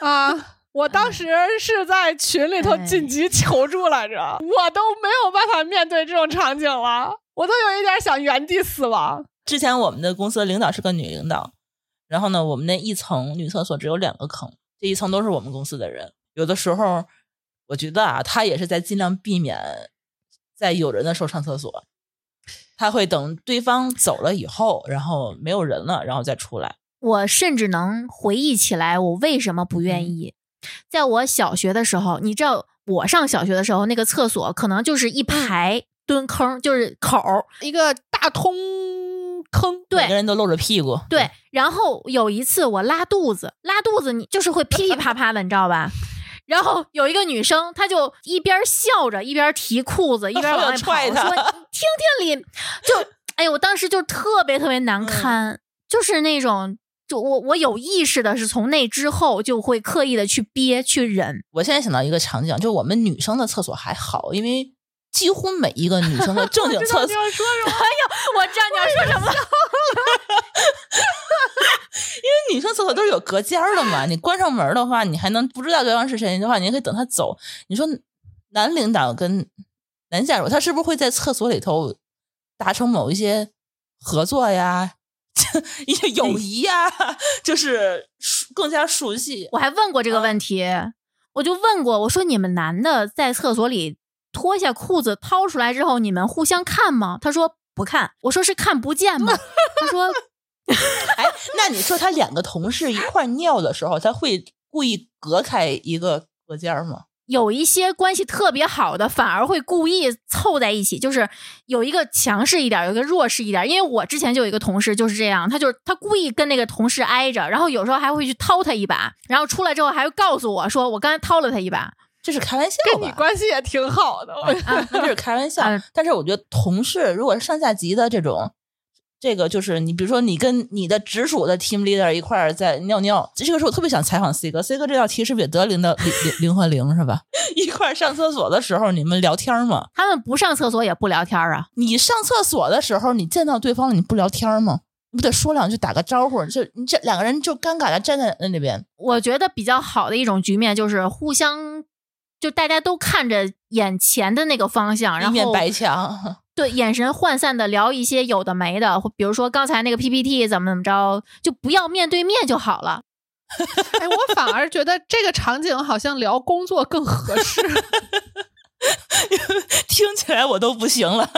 啊。我当时是在群里头紧急求助来着，我都没有办法面对这种场景了，我都有一点想原地死亡。
之前我们的公司的领导是个女领导，然后呢，我们那一层女厕所只有两个坑，这一层都是我们公司的人。有的时候，我觉得啊，她也是在尽量避免在有人的时候上厕所，她会等对方走了以后，然后没有人了，然后再出来。
我甚至能回忆起来我为什么不愿意。在我小学的时候，你知道我上小学的时候，那个厕所可能就是一排蹲坑，就是口儿。
一个大通坑，
每
对
个人都露着屁股。
对，然后有一次我拉肚子，拉肚子你就是会噼噼啪啪的，你知道吧？ [LAUGHS] 然后有一个女生，她就一边笑着一边提裤子，一边往外跑，
踹她
说：“你听听你，就哎呦，我当时就特别特别难堪，就是那种。”就我我有意识的是从那之后就会刻意的去憋去忍，
我现在想到一个场景，就是我们女生的厕所还好，因为几乎每一个女生的
[LAUGHS]
正经厕所
你，要说什么？
[LAUGHS] 我知道你要说什么了。
女生厕所都是有隔间儿的嘛，你关上门儿的话，你还能不知道对方是谁的话，你可以等他走。你说男领导跟男下属，他是不是会在厕所里头达成某一些合作呀、 [LAUGHS] 一些友谊呀，就是熟更加熟悉？
我还问过这个问题，我就问过，我说你们男的在厕所里脱下裤子掏出来之后，你们互相看吗？他说不看。我说是看不见吗？他说
哎，那你说他两个同事一块儿尿的时候，他会故意隔开一个隔间儿吗？
有一些关系特别好的，反而会故意凑在一起，就是有一个强势一点，有一个弱势一点。因为我之前就有一个同事就是这样，他就是他故意跟那个同事挨着，然后有时候还会去掏他一把，然后出来之后还会告诉我说我刚才掏了他一把。
这是开玩笑吧？
跟你关系也挺好的，
[LAUGHS]
我
啊，那这是开玩笑
啊。
但是我觉得同事如果是上下级的这种，这个就是你比如说你跟你的直属的 team leader 一块儿在尿尿，这个时候我特别想采访 C 哥，C 哥这道题是不是也得零的零零零和零是吧？ [LAUGHS] 一块儿上厕所的时候你们聊天吗？
他们不上厕所也不聊天啊，
你上厕所的时候你见到对方了你不聊天吗？你不得说两句打个招呼？就你这两个人就尴尬的站在那边，
我觉得比较好的一种局面就是互相，就大家都看着眼前的那个方向，
一
然
面
后
白墙。 [LAUGHS]
对眼神涣散的聊一些有的没的，或比如说刚才那个 PPT 怎么怎么着，就不要面对面就好了。
哎，我反而觉得这个场景好像聊工作更合适。
听起来我都不行 [LAUGHS] 了，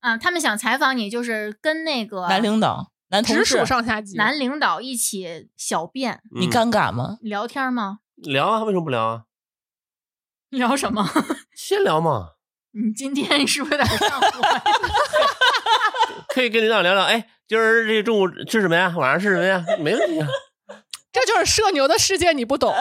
啊，他们想采访你，就是跟那个
男领导、男同
直
事
属，上下级，
男领导一起小便
你
嗯
尴尬吗？
聊天吗？ [LAUGHS]
聊啊？为什么不聊啊？
聊什么？ [LAUGHS]
先聊嘛，
你今天是不是有点上火呀？ [LAUGHS]
可以跟领导聊聊。哎，今儿这中午吃什么呀？晚上吃什么呀？没问题 [LAUGHS] 啊。
这就是社牛的世界，你不懂。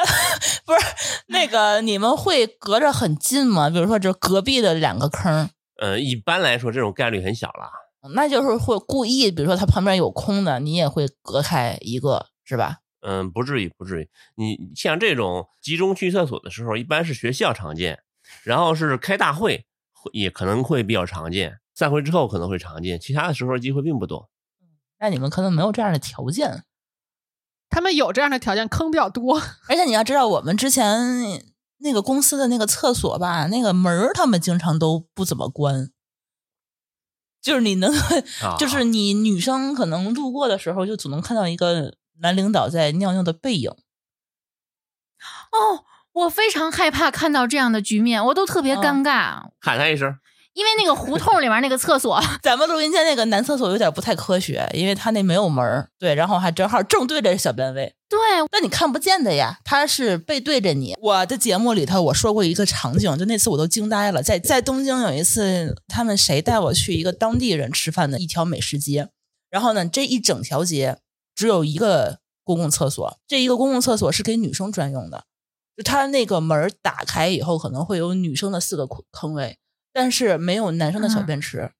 那个你们会隔着很近吗？比如说这隔壁的两个坑，
嗯，一般来说这种概率很小了。
那就是会故意，比如说他旁边有空的，你也会隔开一个，是吧？
嗯，不至于，不至于。你像这种集中去厕所的时候，一般是学校常见，然后是开大会会也可能会比较常见，散会之后可能会常见，其他的时候机会并不多。
那你们可能没有这样的条件，
他们有这样的条件，坑比较多。
而且你要知道，我们之前那个公司的那个厕所吧，那个门儿他们经常都不怎么关，就是你能，
啊
就是你女生可能路过的时候，就总能看到一个男领导在尿尿的背影。嗯
哦，我非常害怕看到这样的局面，我都特别尴尬。
喊他一声，
因为那个胡同里面那个厕所， [LAUGHS]
咱们录音间那个男厕所有点不太科学，因为它那没有门儿，对，然后还正好正对着小便位，
对
但你看不见的呀，它是背对着你。我的节目里头我说过一个场景，就那次我都惊呆了，在在东京有一次，他们谁带我去一个当地人吃饭的一条美食街，然后呢，这一整条街只有一个公共厕所，这一个公共厕所是给女生专用的，就它那个门儿打开以后可能会有女生的四个坑坑位，但是没有男生的小便池。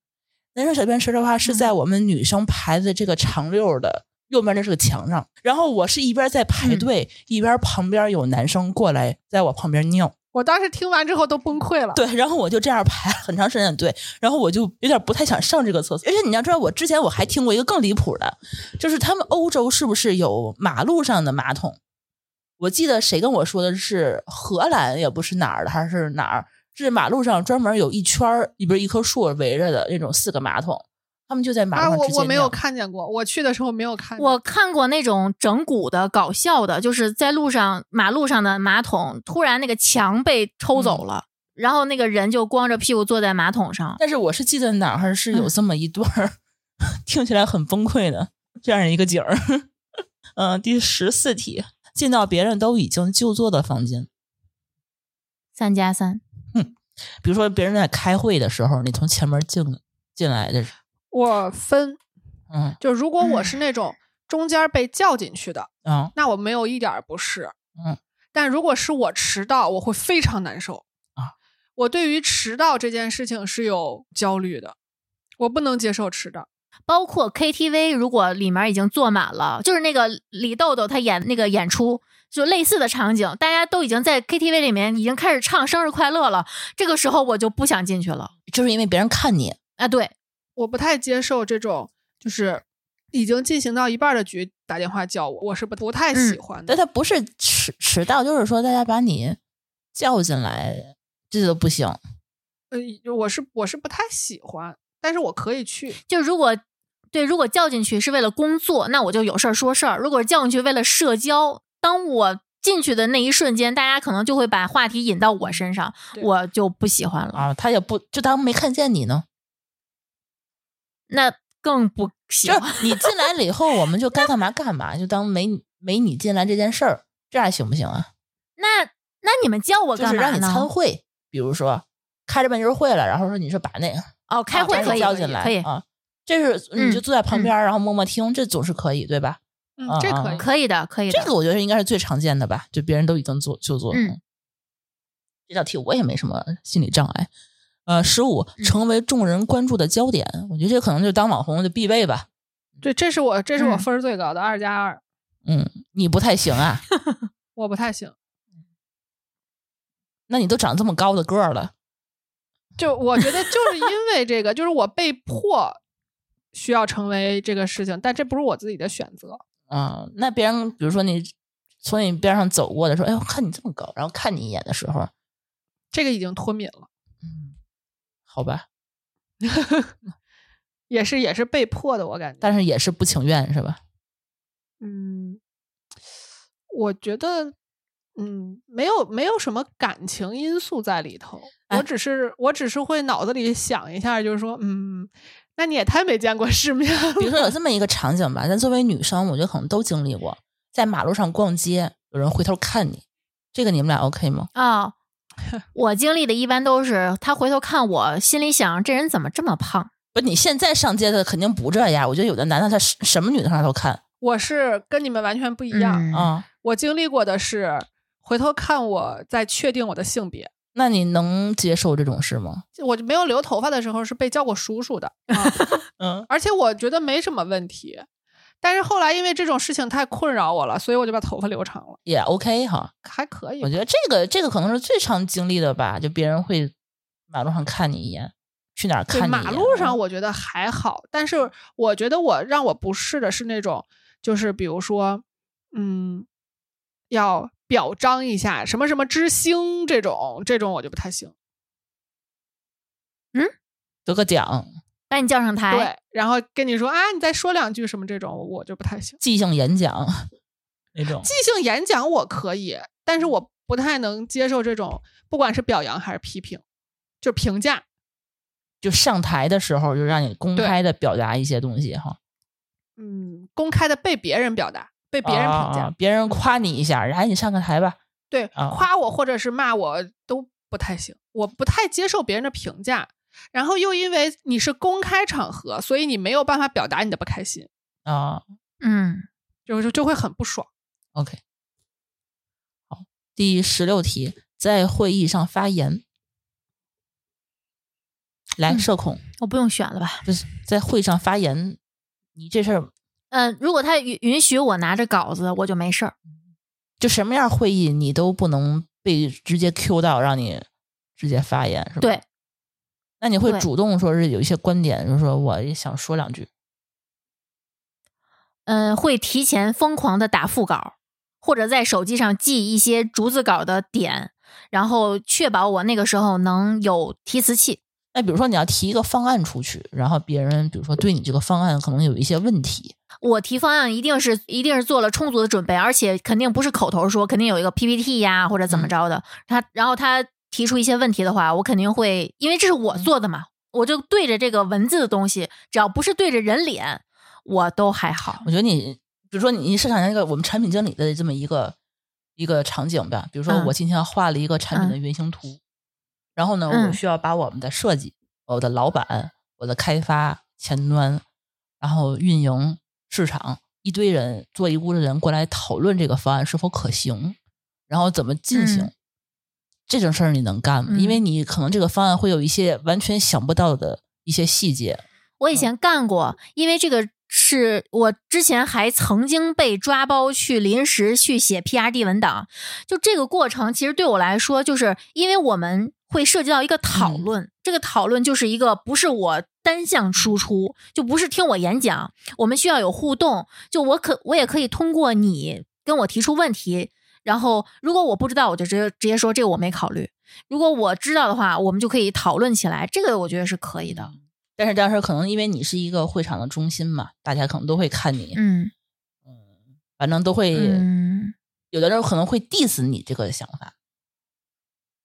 男生小便池的话是在我们女生排的这个长溜儿的右边，那是个墙上。然后我是一边在排队，一边旁边有男生过来在我旁边尿。
我当时听完之后都崩溃了。，啊
对，然后我就这样排了很长时间的队，然后我就有点不太想上这个厕所。而且你要知道，我之前我还听过一个更离谱的，就是他们欧洲是不是有马路上的马桶？我记得谁跟我说的是荷兰，也不是哪儿的，还是哪儿？是马路上专门有一圈儿，里边一棵树围着的那种四个马桶，他们就在马
啊，
路上
我
直接
我没有
尿
看见过，我去的时候没有看见。
我看过那种整蛊的、搞笑的，就是在路上、马路上的马桶，突然那个墙被抽走了，然后那个人就光着屁股坐在马桶上。
但是我是记得哪儿是有这么一段儿， [LAUGHS] 听起来很崩溃的这样一个景儿。 [LAUGHS] 嗯，第十四题，进到别人都已经就座的房间，
三加三，
比如说别人在开会的时候，你从前门进进来的时候，
我分
嗯
就如果我是那种中间被叫进去的，
啊
那我没有一点儿不适。
嗯，
但如果是我迟到，我会非常难受
啊。
我对于迟到这件事情是有焦虑的，我不能接受迟到。
包括 KTV，如果里面已经坐满了，就是那个李豆豆他演那个演出，就类似的场景，大家都已经在 KTV 里面已经开始唱生日快乐了，这个时候我就不想进去了。
就是因为别人看你，
啊，对，
我不太接受这种就是已经进行到一半儿的局打电话叫我，我是不不太喜
嗯
欢的。
但他不是迟迟到，就是说大家把你叫进来，这都不行。
呃，我是我是不太喜欢，但是我可以去。
就如果对如果叫进去是为了工作，那我就有事儿说事儿；如果是叫进去为了社交，当我进去的那一瞬间，大家可能就会把话题引到我身上，
对
我就不喜欢了，
啊，他也不就当没看见你呢，
那更不喜
就
欢。
是你进来了以后，我们就该干嘛干嘛，就当没你没你进来这件事儿，这样行不行啊？
那那你们叫我
就
哦干
是
嘛
让你
呢？
参会，比如说开着半截儿会了，然后说你说把那个
哦，开
啊
会
把你
可以，
叫进来
可以，
啊，这是你就
嗯
坐在旁
嗯
边儿，然后默默听，这总是可以对吧？
嗯
啊，
这
啊
可以。
可以的，可以的。
这个我觉得应该是最常见的吧，就别人都已经做就做了。
嗯
这道题我也没什么心理障碍。呃，十五，
嗯
成为众人关注的焦点，我觉得这可能就当网红就必备吧。
对，这是我这是我
嗯
分儿最高的二加二，
嗯，你不太行
[LAUGHS]
啊，
我不太行。
那你都长这么高的个儿了，
就我觉得就是因为这个，就是我被迫需要成为这个事情，但这不是我自己的选择。
啊、那别人比如说你从你边上走过的时候，哎呦，看你这么高，然后看你一眼的时候，
这个已经脱敏了，
嗯，好吧，
也是也是被迫的，我感觉。
但是也是不情愿是吧？
嗯，我觉得，嗯，没有没有什么感情因素在里头，
哎
我只是我只是会脑子里想一下，就是说，嗯，那你也太没见过世面了。
比如说有这么一个场景吧，咱作为女生，我觉得可能都经历过，在马路上逛街，有人回头看你，这个你们俩 OK 吗？
啊、我经历的一般都是他回头看我，心里想这人怎么这么胖？
不，你现在上街的肯定不这样。我觉得有的男的他什什么女的他都看
我是跟你们完全不一样，
嗯
啊、
我经历过的是回头看我在确定我的性别。
那你能接受这种事吗？
我就没有留头发的时候是被叫过叔叔的，
嗯，
而且我觉得没什么问题。但是后来因为这种事情太困扰我了，所以我就把头发留长了，
也 OK 哈。
还可以
我。觉得这个这个可能是最常经历的吧，就别人会马路上看你一眼，去哪儿
对
看你一眼啊
马路上我觉得还好，但是我觉得我让我不适的是那种，就是比如说，嗯，要表彰一下什么什么之星这种，这种我就不太行。
得个奖，
把你叫上
哎
台，
对，然后跟你说啊，你再说两句什么这种，我就不太行。
即兴演讲那种。
即兴演讲我可以，
嗯
但是我不太能接受这种，不管是表扬还是批评，就评价。
就上台的时候就让你公开的表达一些东西哈，
嗯，公开的被别人表达，被别人评价，
啊啊别人夸你一下，然后你上个台吧，
对，
啊
夸我或者是骂我都不太行，我不太接受别人的评价。然后又因为你是公开场合，所以你没有办法表达你的不开心，
啊
嗯，
就就就会很不爽。
，OK，好，第十六题，在会议上发言，来
嗯
社恐，
我不用选了吧？
不是在会上发言，你这事儿
嗯、如果他允允许我拿着稿子，我就没事儿。
就什么样会议你都不能被直接 Q 到，让你直接发言，是吧？
对，
那你会
对
主动说是有一些观点，就是说我也想说两句，
嗯、会提前疯狂的打腹稿，或者在手机上记一些逐字稿的点，然后确保我那个时候能有提词器。
那比如说你要提一个方案出去，然后别人比如说对你这个方案可能有一些问题，
我提方案一定是一定是做了充足的准备，而且肯定不是口头说，肯定有一个 PPT 呀或者怎么着的。他然后他提出一些问题的话，我肯定会，因为这是我做的嘛，我就对着这个文字的东西，只要不是对着人脸，我都还好
我。觉得你比如说你你设想一下一个我们产品经理的这么一个一个场景吧，比如说
嗯
我今天画了一个产品的原型图，然后呢，我
嗯
需要把我们的设计、我的老板、我的开发、前端，然后运营、市场一堆人坐一屋的人过来讨论这个方案是否可行，然后怎么进行。
嗯
这种事儿你能干吗？因为
嗯
你可能这个方案会有一些完全想不到的一些细节，
我以前干过，因为这个是我之前还曾经被抓包去临时去写 PRD 文档，就这个过程其实对我来说，就是因为我们会涉及到一个讨论，这个讨论就是一个不是我单向输出，就不是听我演讲，我们需要有互动，就我可我也可以通过你跟我提出问题。然后，如果我不知道，我就直接直接说这个我没考虑。如果我知道的话，我们就可以讨论起来，这个我觉得是可以的。
但是当时可能因为你是一个会场的中心嘛，大家可能都会看你，
嗯，
反正都会、
嗯，
有的人可能会 diss 你这个想法。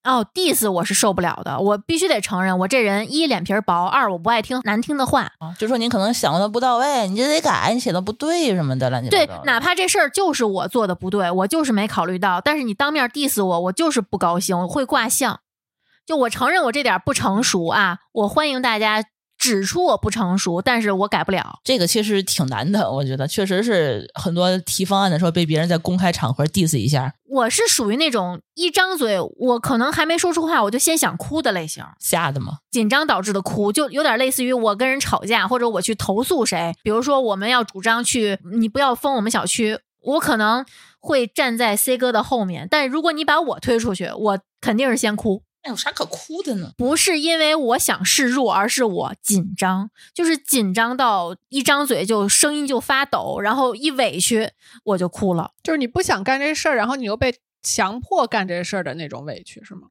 哦，diss 我是受不了的，我必须得承认，我这人一脸皮儿薄，二我不爱听难听的话。
啊，就说你可能想的不到位，你这得改，你写的不对什么的，乱七八
对
糟的。，
哪怕这事儿就是我做的不对，我就是没考虑到，但是你当面 diss 我，我就是不高兴，我会挂相。就我承认我这点儿不成熟啊，我欢迎大家指出我不成熟，但是我改不了。
这个其实挺难的，我觉得确实是很多提方案的时候被别人在公开场合 diss 一下，
我是属于那种一张嘴，我可能还没说出话，我就先想哭的类型。
吓的嘛。
紧张导致的哭，就有点类似于我跟人吵架，或者我去投诉谁。比如说，我们要主张去，你不要封我们小区，我可能会站在 C 哥的后面，但如果你把我推出去，我肯定是先哭。
那有啥可哭的呢？
不是因为我想示弱，而是我紧张，就是紧张到一张嘴就声音就发抖，然后一委屈我就哭了。
就是你不想干这事儿，然后你又被强迫干这事儿的那种委屈，是吗？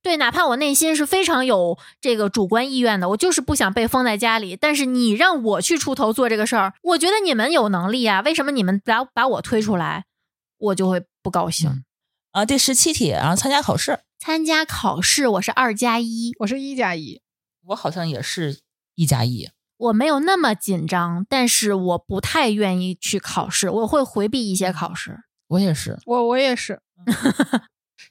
对，哪怕我内心是非常有这个主观意愿的，我就是不想被封在家里。但是你让我去出头做这个事儿，我觉得你们有能力啊，为什么你们把把我推出来，我就会不高兴。
嗯啊，第十七题，然后参加考试，
参加考试我是二加一，
我是一加一，
我好像也是一加一。
我没有那么紧张，但是我不太愿意去考试，我会回避一些考试。
我也是，
我我也是，嗯 [LAUGHS]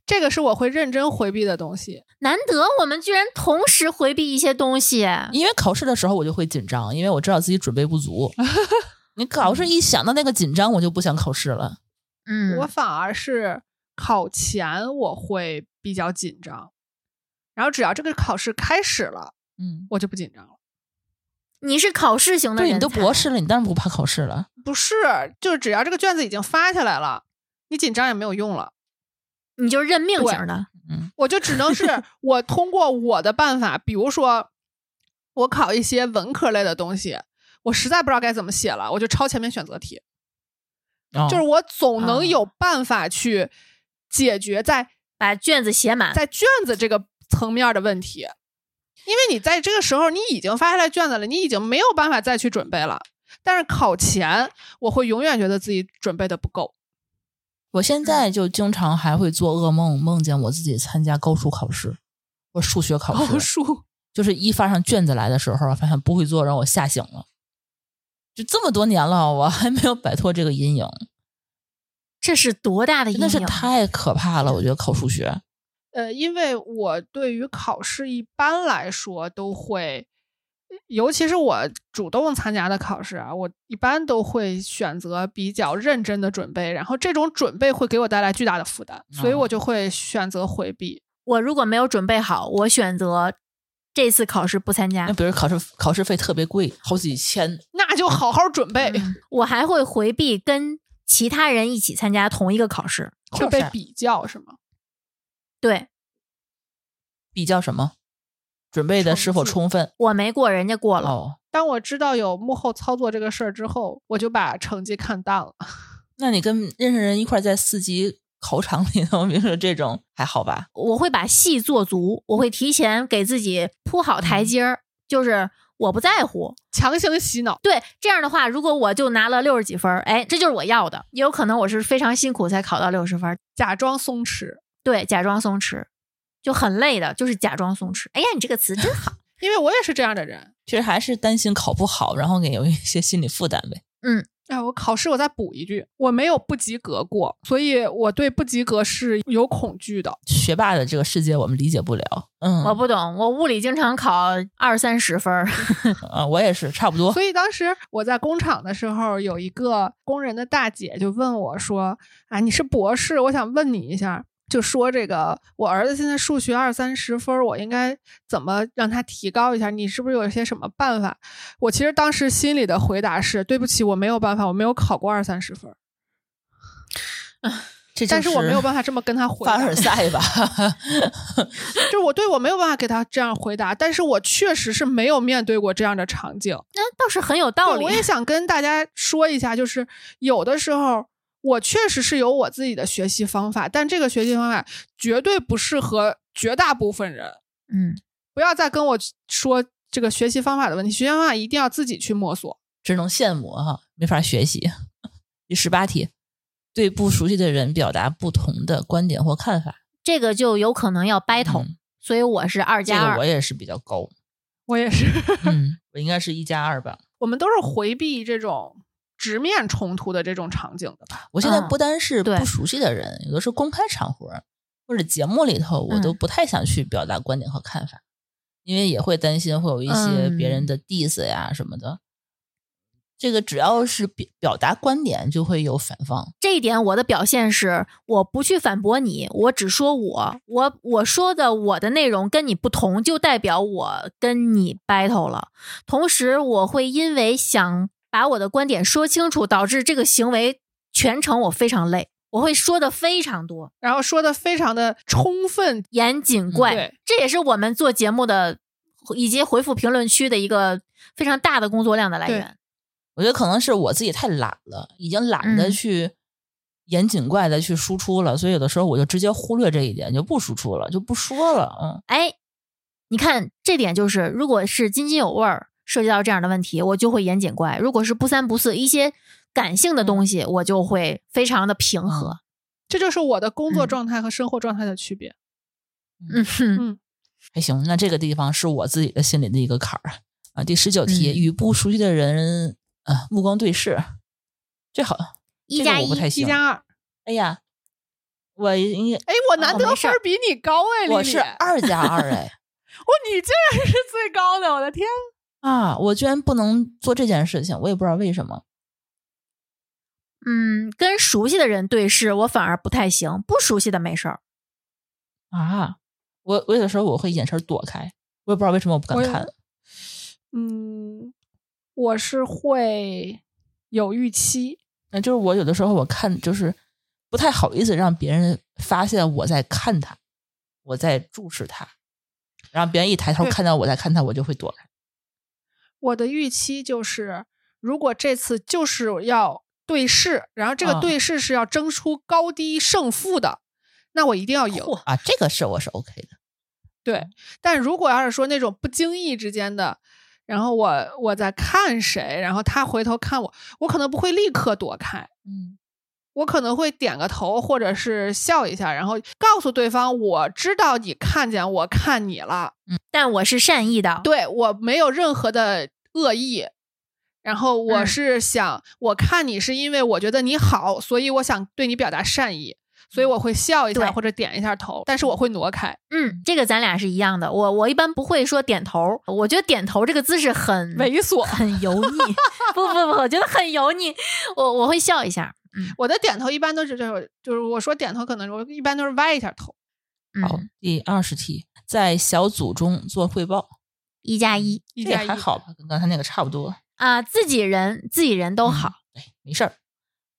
这个是我会认真回避的东西。
难得我们居然同时回避一些东西，
因为考试的时候我就会紧张，因为我知道自己准备不足。你考试一想到那个紧张，我就不想考试了。
嗯，
我反而是考前我会比较紧张，然后只要这个考试开始了，
嗯，
我就不紧张了。
你是考试型的
对
人，
你都博士，了，你当然不怕考试了。
不是，就是只要这个卷子已经发下来了，你紧张也没有用了。
你就是认命
对
型的，
我就只能 [LAUGHS] 是我通过我的办法，比如说我考一些文科类的东西，我实在不知道该怎么写了，我就抄前面选择题，
哦
就是我总
啊
能有办法去解决在
把卷子写满。
在卷子这个层面的问题，因为你在这个时候你已经发下来卷子了，你已经没有办法再去准备了。但是考前，我会永远觉得自己准备的不够。
我现在就经常还会做噩梦，梦见我自己参加高数考试或数学考试，
数 [LAUGHS]
就是一发上卷子来的时候，啊发现不会做，让我吓醒了。就这么多年了，我还没有摆脱这个阴影，
这是多大的阴
真
影？啊
的是太可怕了。我觉得考数学，
呃，因为我对于考试一般来说都会，尤其是我主动参加的考试啊，我一般都会选择比较认真的准备，然后这种准备会给我带来巨大的负担，所以我就会选择回避。
我如果没有准备好，我选择这次考试不参加
那，比如考试考试费特别贵，好几千，
那就好好准备，
我还会回避跟其他人一起参加同一个考试。
会被比较是吗？
对
比较什么？准备的是否
成绩
充分？
我没过，人家过了，
哦，
当我知道有幕后操作这个事儿之后，我就把成绩看淡了。 [LAUGHS]
那你跟认识人一块儿在四级考场里头， [LAUGHS] 比如说这种还好吧？
我会把戏做足，我会提前给自己铺好台阶儿，就是我不在乎。
强行洗脑，
对，这样的话，如果我就拿了六十几分儿，哎，这就是我要的。也有可能我是非常辛苦才考到六十分儿，
假装松弛，
对，假装松弛就很累的，就是假装松弛。哎呀，你这个词真好，
因为我也是这样的人。
其实还是担心考不好，然后给有一些心理负担呗。
哎，我考试我再补一句，我没有不及格过，所以我对不及格是有恐惧的。
学霸的这个世界我们理解不了，嗯，
我不懂，我物理经常考二三十分儿，
啊，我也是差不多
所。以当时我在工厂的时候，有一个工人的大姐就问我说：“啊，你是博士，我想问你一下，就说这个我儿子现在数学二三十分，我应该怎么让他提高一下？你是不是有一些什么办法？”我其实当时心里的回答是：“对不起，我没有办法，我没有考过二三十分，
这就
但是我没有办法这么跟他回答。
凡尔赛吧， [LAUGHS]
就是我对我没有办法给他这样回答，但是我确实是没有面对过这样的场景。
那倒是很有道
对
理 [LAUGHS]
我。也想跟大家说一下，就是有的时候我确实是有我自己的学习方法，但这个学习方法绝对不适合绝大部分人。
嗯，
不要再跟我说这个学习方法的问题，学习方法一定要自己去摸索。
只能现磨哈，没法学习。第十八题，对不熟悉的人表达不同的观点或看法。
这个就有可能要 battle，、
嗯
所以我是二
这
加
个我
二。
也是比较高，
我也是， [LAUGHS]
嗯，我应该是一加二吧。
我们都是回避这种直面冲突的这种场景的吧？
我现在
嗯
不单是
对
不熟悉的人，有的时候公开场合或者节目里头，我都
嗯
不太想去表达观点和看法，因为也会担心会有一些别
嗯
人的 diss 呀什么的。这个只要是表表达观点，就会有反方。
这一点我的表现是，我不去反驳你，我只说我，我我说的我的内容跟你不同，就代表我跟你 battle 了。同时，我会因为想把我的观点说清楚，导致这个行为全程我非常累，我会说的非常多，
然后说的非常的充分，
严谨怪。
嗯对
这也是我们做节目的以及回复评论区的一个非常大的工作量的来
对
源。
我觉得可能是我自己太懒了，已经懒得
嗯
去严谨怪的去输出了，所以有的时候我就直接忽略这一点，就不输出了，就不说了。嗯，
哎，你看这点就是，如果是津津有味儿，涉及到这样的问题，我就会严谨怪；如果是不三不四，一些感性的东西，我就会非常的平和。
这就是我的工
嗯
作状态和生活状态的区别。
嗯哼，
还行，那这个地方是我自己的心里的一个坎儿啊。第十九题，
嗯
与不熟悉的人啊目光对视，这好，
一
这
加
个我不
一，
太
一
行。
加二，
哎呀，我应该
哎，我难
哦
得
没事
分
儿
儿比你高哎，丽丽，
我是二
[LAUGHS]
加二哎
我你竟然是最高的，我的天！
啊，我居然不能做这件事情，我也不知道为什么。
嗯，跟熟悉的人对视，我反而不太行，不熟悉的没事儿。
啊，我我有的时候我会眼神躲开，我也不知道为什么我不敢
我也
看。
嗯，我是会有预期，
那就是我有的时候我看就是不太好意思让别人发现我在看他，我在注视他，然后别人一抬头
对
看到我在看他，我就会躲开。
我的预期就是，如果这次就是要对视，然后这个
啊
对视是要争出高低胜负的，那我一定要赢。
啊，这个事我是 OK 的。
对，但如果要是说那种不经意之间的。然后我我在看谁，然后他回头看我，我可能不会立刻躲开，
嗯，
我可能会点个头，或者是笑一下，然后告诉对方我知道你看见我看你了，
但我是善意的，
对我没有任何的恶意。然后我
嗯
是想，我看你是因为我觉得你好，所以我想对你表达善意，所以我会笑一
对
下或者点一下头，但是我会挪开。
嗯，这个咱俩是一样的。我我一般不会说点头，我觉得点头这个姿势很
猥琐
很油腻。不不不，我觉得很油腻。我我会笑一下。
我的点头一般都是这种，就是我说点头，可能我一般都是歪一下头。
好
嗯，，
第二十题，在小组中做汇报，
一加一
一
这也
加一
还好吧，跟刚才那个差不多。
啊，自己人自己人都好。
对，没事儿，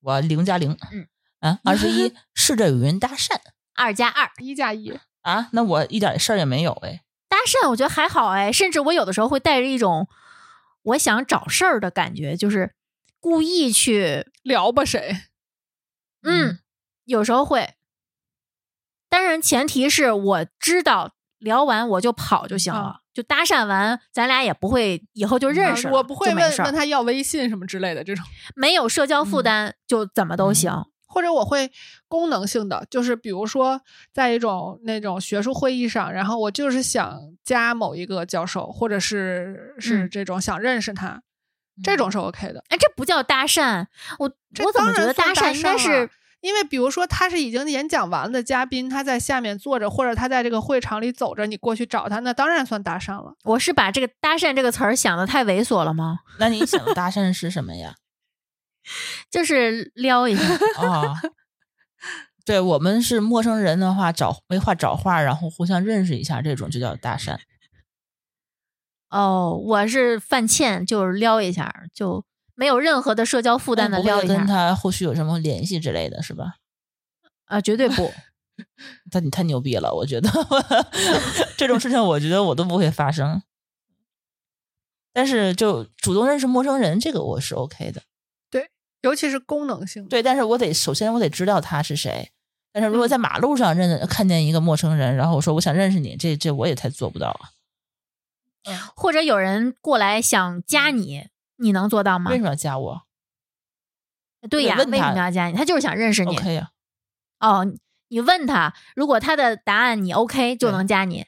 我零加零。
嗯
啊，二十一，试着与人搭讪
二加二
一加一，
啊，那我一点事儿也没有哎。
搭讪，我觉得还好哎。甚至我有的时候会带着一种我想找事儿的感觉，就是故意去
聊吧谁？
嗯
嗯，
有时候会。当然，前提是我知道聊完我就跑就行了，就搭讪完，咱俩也不会以后就认识了、
哦嗯我不会
就没
问
事儿
问他嗯要微信什么之类的这种，
没有社交负担，就怎么都行。
或者我会功能性的，就是比如说在一种那种学术会议上，然后我就是想加某一个教授，或者是是
嗯
这种想认识他，这种是 OK 的。
哎、这不叫搭讪，我
这
我怎么
当
觉
然
得
算搭
讪应该
讪
是
了因为比如说他是已经演讲完了的嘉宾，他在下面坐着，或者他在这个会场里走着，你过去找他，那当然算搭讪了。
我是把这个搭讪这个词儿想的太猥琐了吗？
那你想搭讪是什么呀？
就是撩一下，
啊，对我们是陌生人的话，找没话找话，然后互相认识一下，这种就叫搭讪。
哦，我是犯欠，就是撩一下，就没有任何的社交负担
那
的
哦不会
撩一下
跟，他后续有什么联系之类的是吧？
啊，绝对
[LAUGHS]
不。
但你太牛逼了，我觉得 [LAUGHS] 这种事情，我觉得我都不会发生。但是就主动认识陌生人，这个我是 OK 的。
尤其是功能性的，
对，但是我得首先我得知道他是谁。但是如果
嗯
在马路上认看见一个陌生人，然后我说我想认识你，这这我也太做不到了。
或者有人过来想加你，你能做到吗
嗯为？什么要加我
对呀，
我得问
为什
他
么要加你？他就是想认识你。
？OK 啊呀、
哦，你你问他，如果他的答案你 OK，就能加你。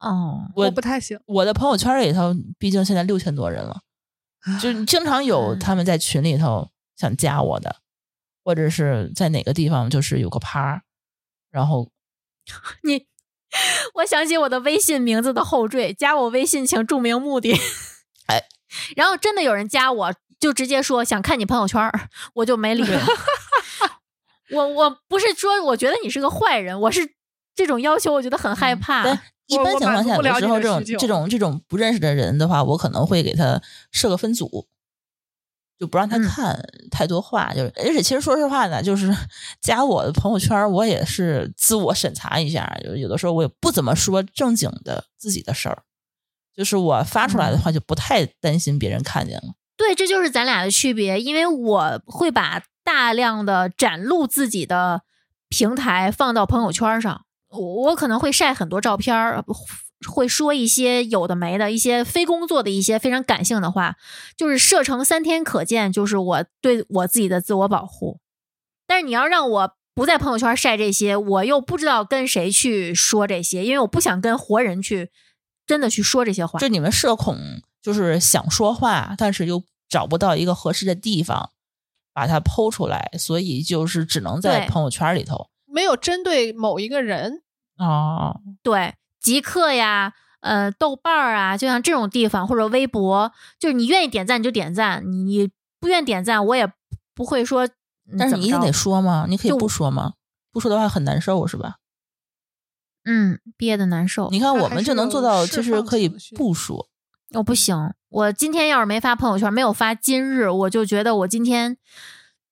哦，
我
我
不太行。
我的朋友圈里头，毕竟现在六千多人了，就是经常有
嗯
他们在群里头想加我的，或者是在哪个地方就是有个趴儿，然后
你，我想起我的微信名字的后缀，加我微信请注明目的。
哎，
[LAUGHS] 然后真的有人加我，就直接说想看你朋友圈儿，我就没理
[LAUGHS]
了。我我不是说我觉得你是个坏人，我是这种要求，我觉得很害怕。
嗯但一般
我
情况
满足
下，
不
有
了
时
你
候
的
这种
需求
这种这种不认识的人的话，我可能会给他设个分组，就不让他
嗯
看太多话。就是，而且其实说实话呢，就是 [LAUGHS] 加我的朋友圈，我也是自我审查一下，就是有的时候我也不怎么说正经的自己的事儿，就是我发出来
嗯
的话，就不太担心别人看见了。
对，这就是咱俩的区别，因为我会把大量的展露自己的平台放到朋友圈上，我我可能会晒很多照片儿，会说一些有的没的，一些非工作的一些非常感性的话，就是设成三天可见，就是我对我自己的自我保护。但是你要让我不在朋友圈晒这些，我又不知道跟谁去说这些，因为我不想跟活人去真的去说这些话。
就你们社恐，就是想说话，但是又找不到一个合适的地方把它剖出来，所以就是只能在
对
朋友圈里头。
没有针对某一个人，
哦，
对，极客呀，呃，豆瓣儿啊，就像这种地方或者微博，就是你愿意点赞你就点赞，你你不愿意点赞，我也不会说。嗯
但是
怎
你
么
一定
着
得说吗？你可以
就
不说吗？不说的话很难受，是吧？
嗯，憋得难受。
你看
那
我
还
们
是
就能
有
做到，
释
其实
放
可以
情绪
不说。
我哦不行，我今天要是没发朋友圈，没有发今日，我就觉得我今天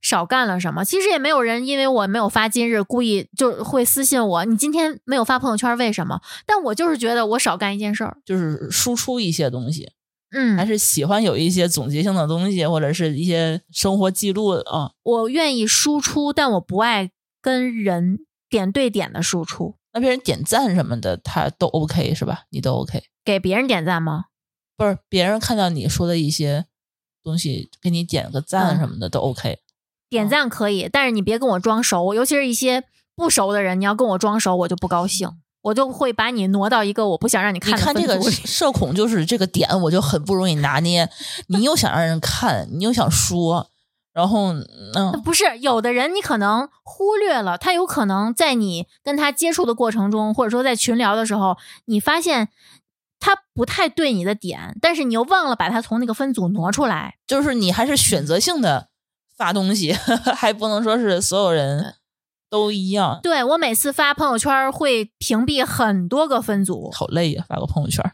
少干了什么。其实也没有人因为我没有发今日故意就会私信我，你今天没有发朋友圈为什么？但我就是觉得我少干一件事儿。
就是输出一些东西，
嗯，
还是喜欢有一些总结性的东西，或者是一些生活记录啊、
我愿意输出，但我不爱跟人点对点的输出。
那别人点赞什么的，他都 OK 是吧？你都 OK，
给别人点赞吗？
不是别人看到你说的一些东西，给你点个赞
嗯
什么的、都 OK。
点赞可以，但是你别跟我装熟，尤其是一些不熟的人，你要跟我装熟，我就不高兴，我就会把你挪到一个我不想让你
嗯你
看的
看这
分
个
组里。
社恐，就是这个点，我就很不容易拿捏。你又想让人看，你又想说，然后嗯，
[LAUGHS] 不是，有的人你可能忽略了，他有可能在你跟他接触的过程中，或者说在群聊的时候，你发现他不太对你的点，但是你又忘了把他从那个分组挪出来。
就是你还是选择性的发东西， [LAUGHS] 还不能说是所有人都一样，
对我每次发朋友圈会屏蔽很多个分组，
好累呀、发个朋友圈，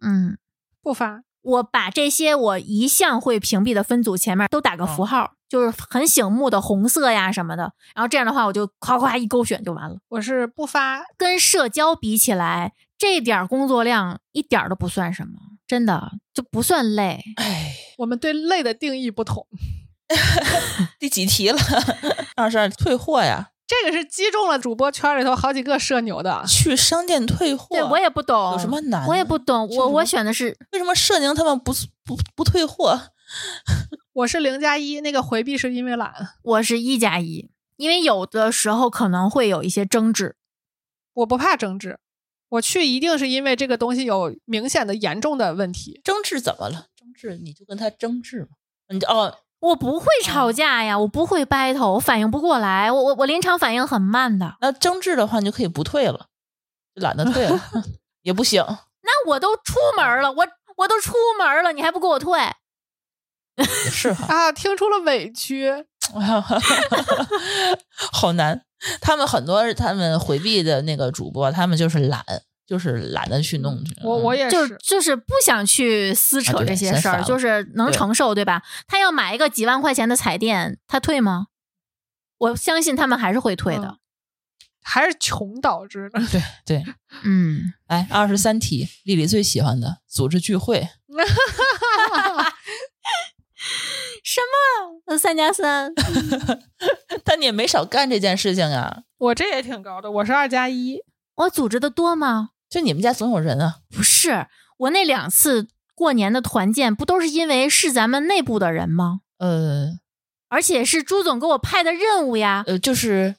嗯，
不发，
我把这些我一向会屏蔽的分组前面都打个
嗯
符号，就是很醒目的红色呀什么的，然后这样的话我就夸夸一勾选就完了。
我是不发。
跟社交比起来，这点儿工作量一点儿都不算什么，真的就不算累。
哎，
我们对累的定义不同，
第几题了？ [LAUGHS] 二十二，退货呀，
这个是击中了主播圈里头好几个社牛的。
去商店退货。
对我也不懂
有什么难的
我也不懂。
是什么
我我选的是
为什么社宁他们不不不退货？
我是零加一，那个回避是因为懒，
我是一加一，因为有的时候可能会有一些争执。
我不怕争执，我去一定是因为这个东西有明显的严重的问题。
争执怎么了？争执你就跟他争执嘛，你就哦
我不会吵架呀，我不会 battle，我反应不过来，我我我临场反应很慢的。
那争执的话，你就可以不退了，就懒得退 [LAUGHS] 了也不行。
那我都出门了，我我都出门了，你还不给我退？
也是哈，
啊，听出了委屈，
[LAUGHS] 好难。他们很多他们回避的那个主播，他们就是懒，就是懒得去弄去。
我我也，
就是就是不想去撕扯
啊对
这些
嫌
事儿，
烦
就
了
是能
对
承受，对吧？他要买一个几万块钱的彩电，他退吗？我相信他们还是会退的。
还是穷导致的。 [LAUGHS]
对对。
嗯，
哎，二十三题，丽丽最喜欢的组织聚会， [LAUGHS]
什么三加三？
但你也没少干这件事情啊。
我这也挺高的，我是二加一。
[LAUGHS] 我组织的多吗？
就你们家总有人啊，
不是，我那两次过年的团建不都是因为是咱们内部的人吗？
呃
而且是朱总给我派的任务呀，
呃，就是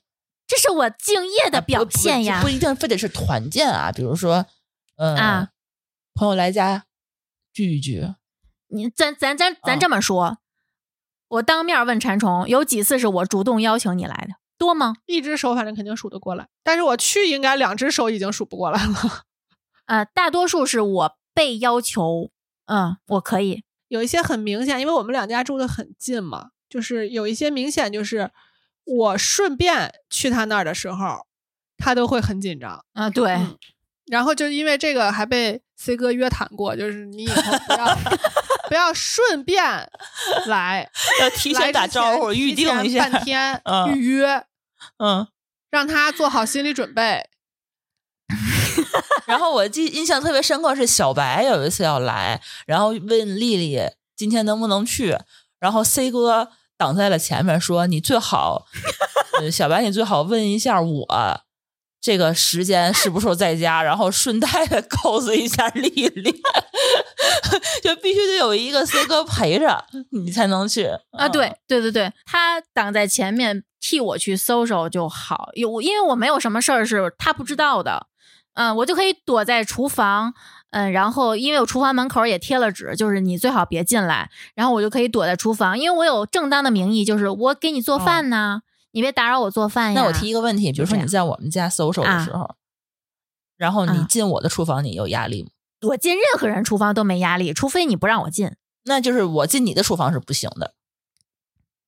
这是我敬业的
啊不
表
不
现呀
不。一定非得是团建啊，比如说，嗯、
啊
朋友来家聚一聚，
你咱咱咱咱
嗯
这么说，我当面问馋虫，有几次是我主动邀请你来的，多吗？
一只手反正肯定数得过来，但是我去应该两只手已经数不过来了。
呃，大多数是我被要求，嗯，我可以，
有一些很明显，因为我们两家住的很近嘛，就是有一些明显就是我顺便去他那儿的时候，他都会很紧张。
啊、对，
嗯然后就因为这个还被 C 哥约谈过，就是你以后不
[LAUGHS]
要不要顺便来，
要提
来
前
之
打招呼，
前
预
提
定
前
一下，
半天
嗯
预约，
嗯。
让他做好心理准备。
然后我记印象特别深刻是小白有一次要来，然后问丽丽今天能不能去，然后 C 哥挡在了前面说你最
[LAUGHS]
好，呃小白你最好问一下我这个时间是不是我在家，然后顺带的告诉一下丽丽， [LAUGHS] 就必须得有一个 C 哥陪着你才能去嗯
啊，对，对对对，他挡在前面替我去搜搜就好，有因为我没有什么事儿是他不知道的，嗯，我就可以躲在厨房，嗯，然后因为我厨房门口也贴了纸，就是你最好别进来，然后我就可以躲在厨房，因为我有正当的名义，就是我给你做
哦
饭呐，你别打扰我做哎饭呀。
那我提一个问题，比
就
如
这
说
样
你在我们家搜手的时候，然后你
啊
进我的厨房，你有压力吗？
我进任何人厨房都没压力，除非你不让我进。
那就是我进你的厨房是不行的，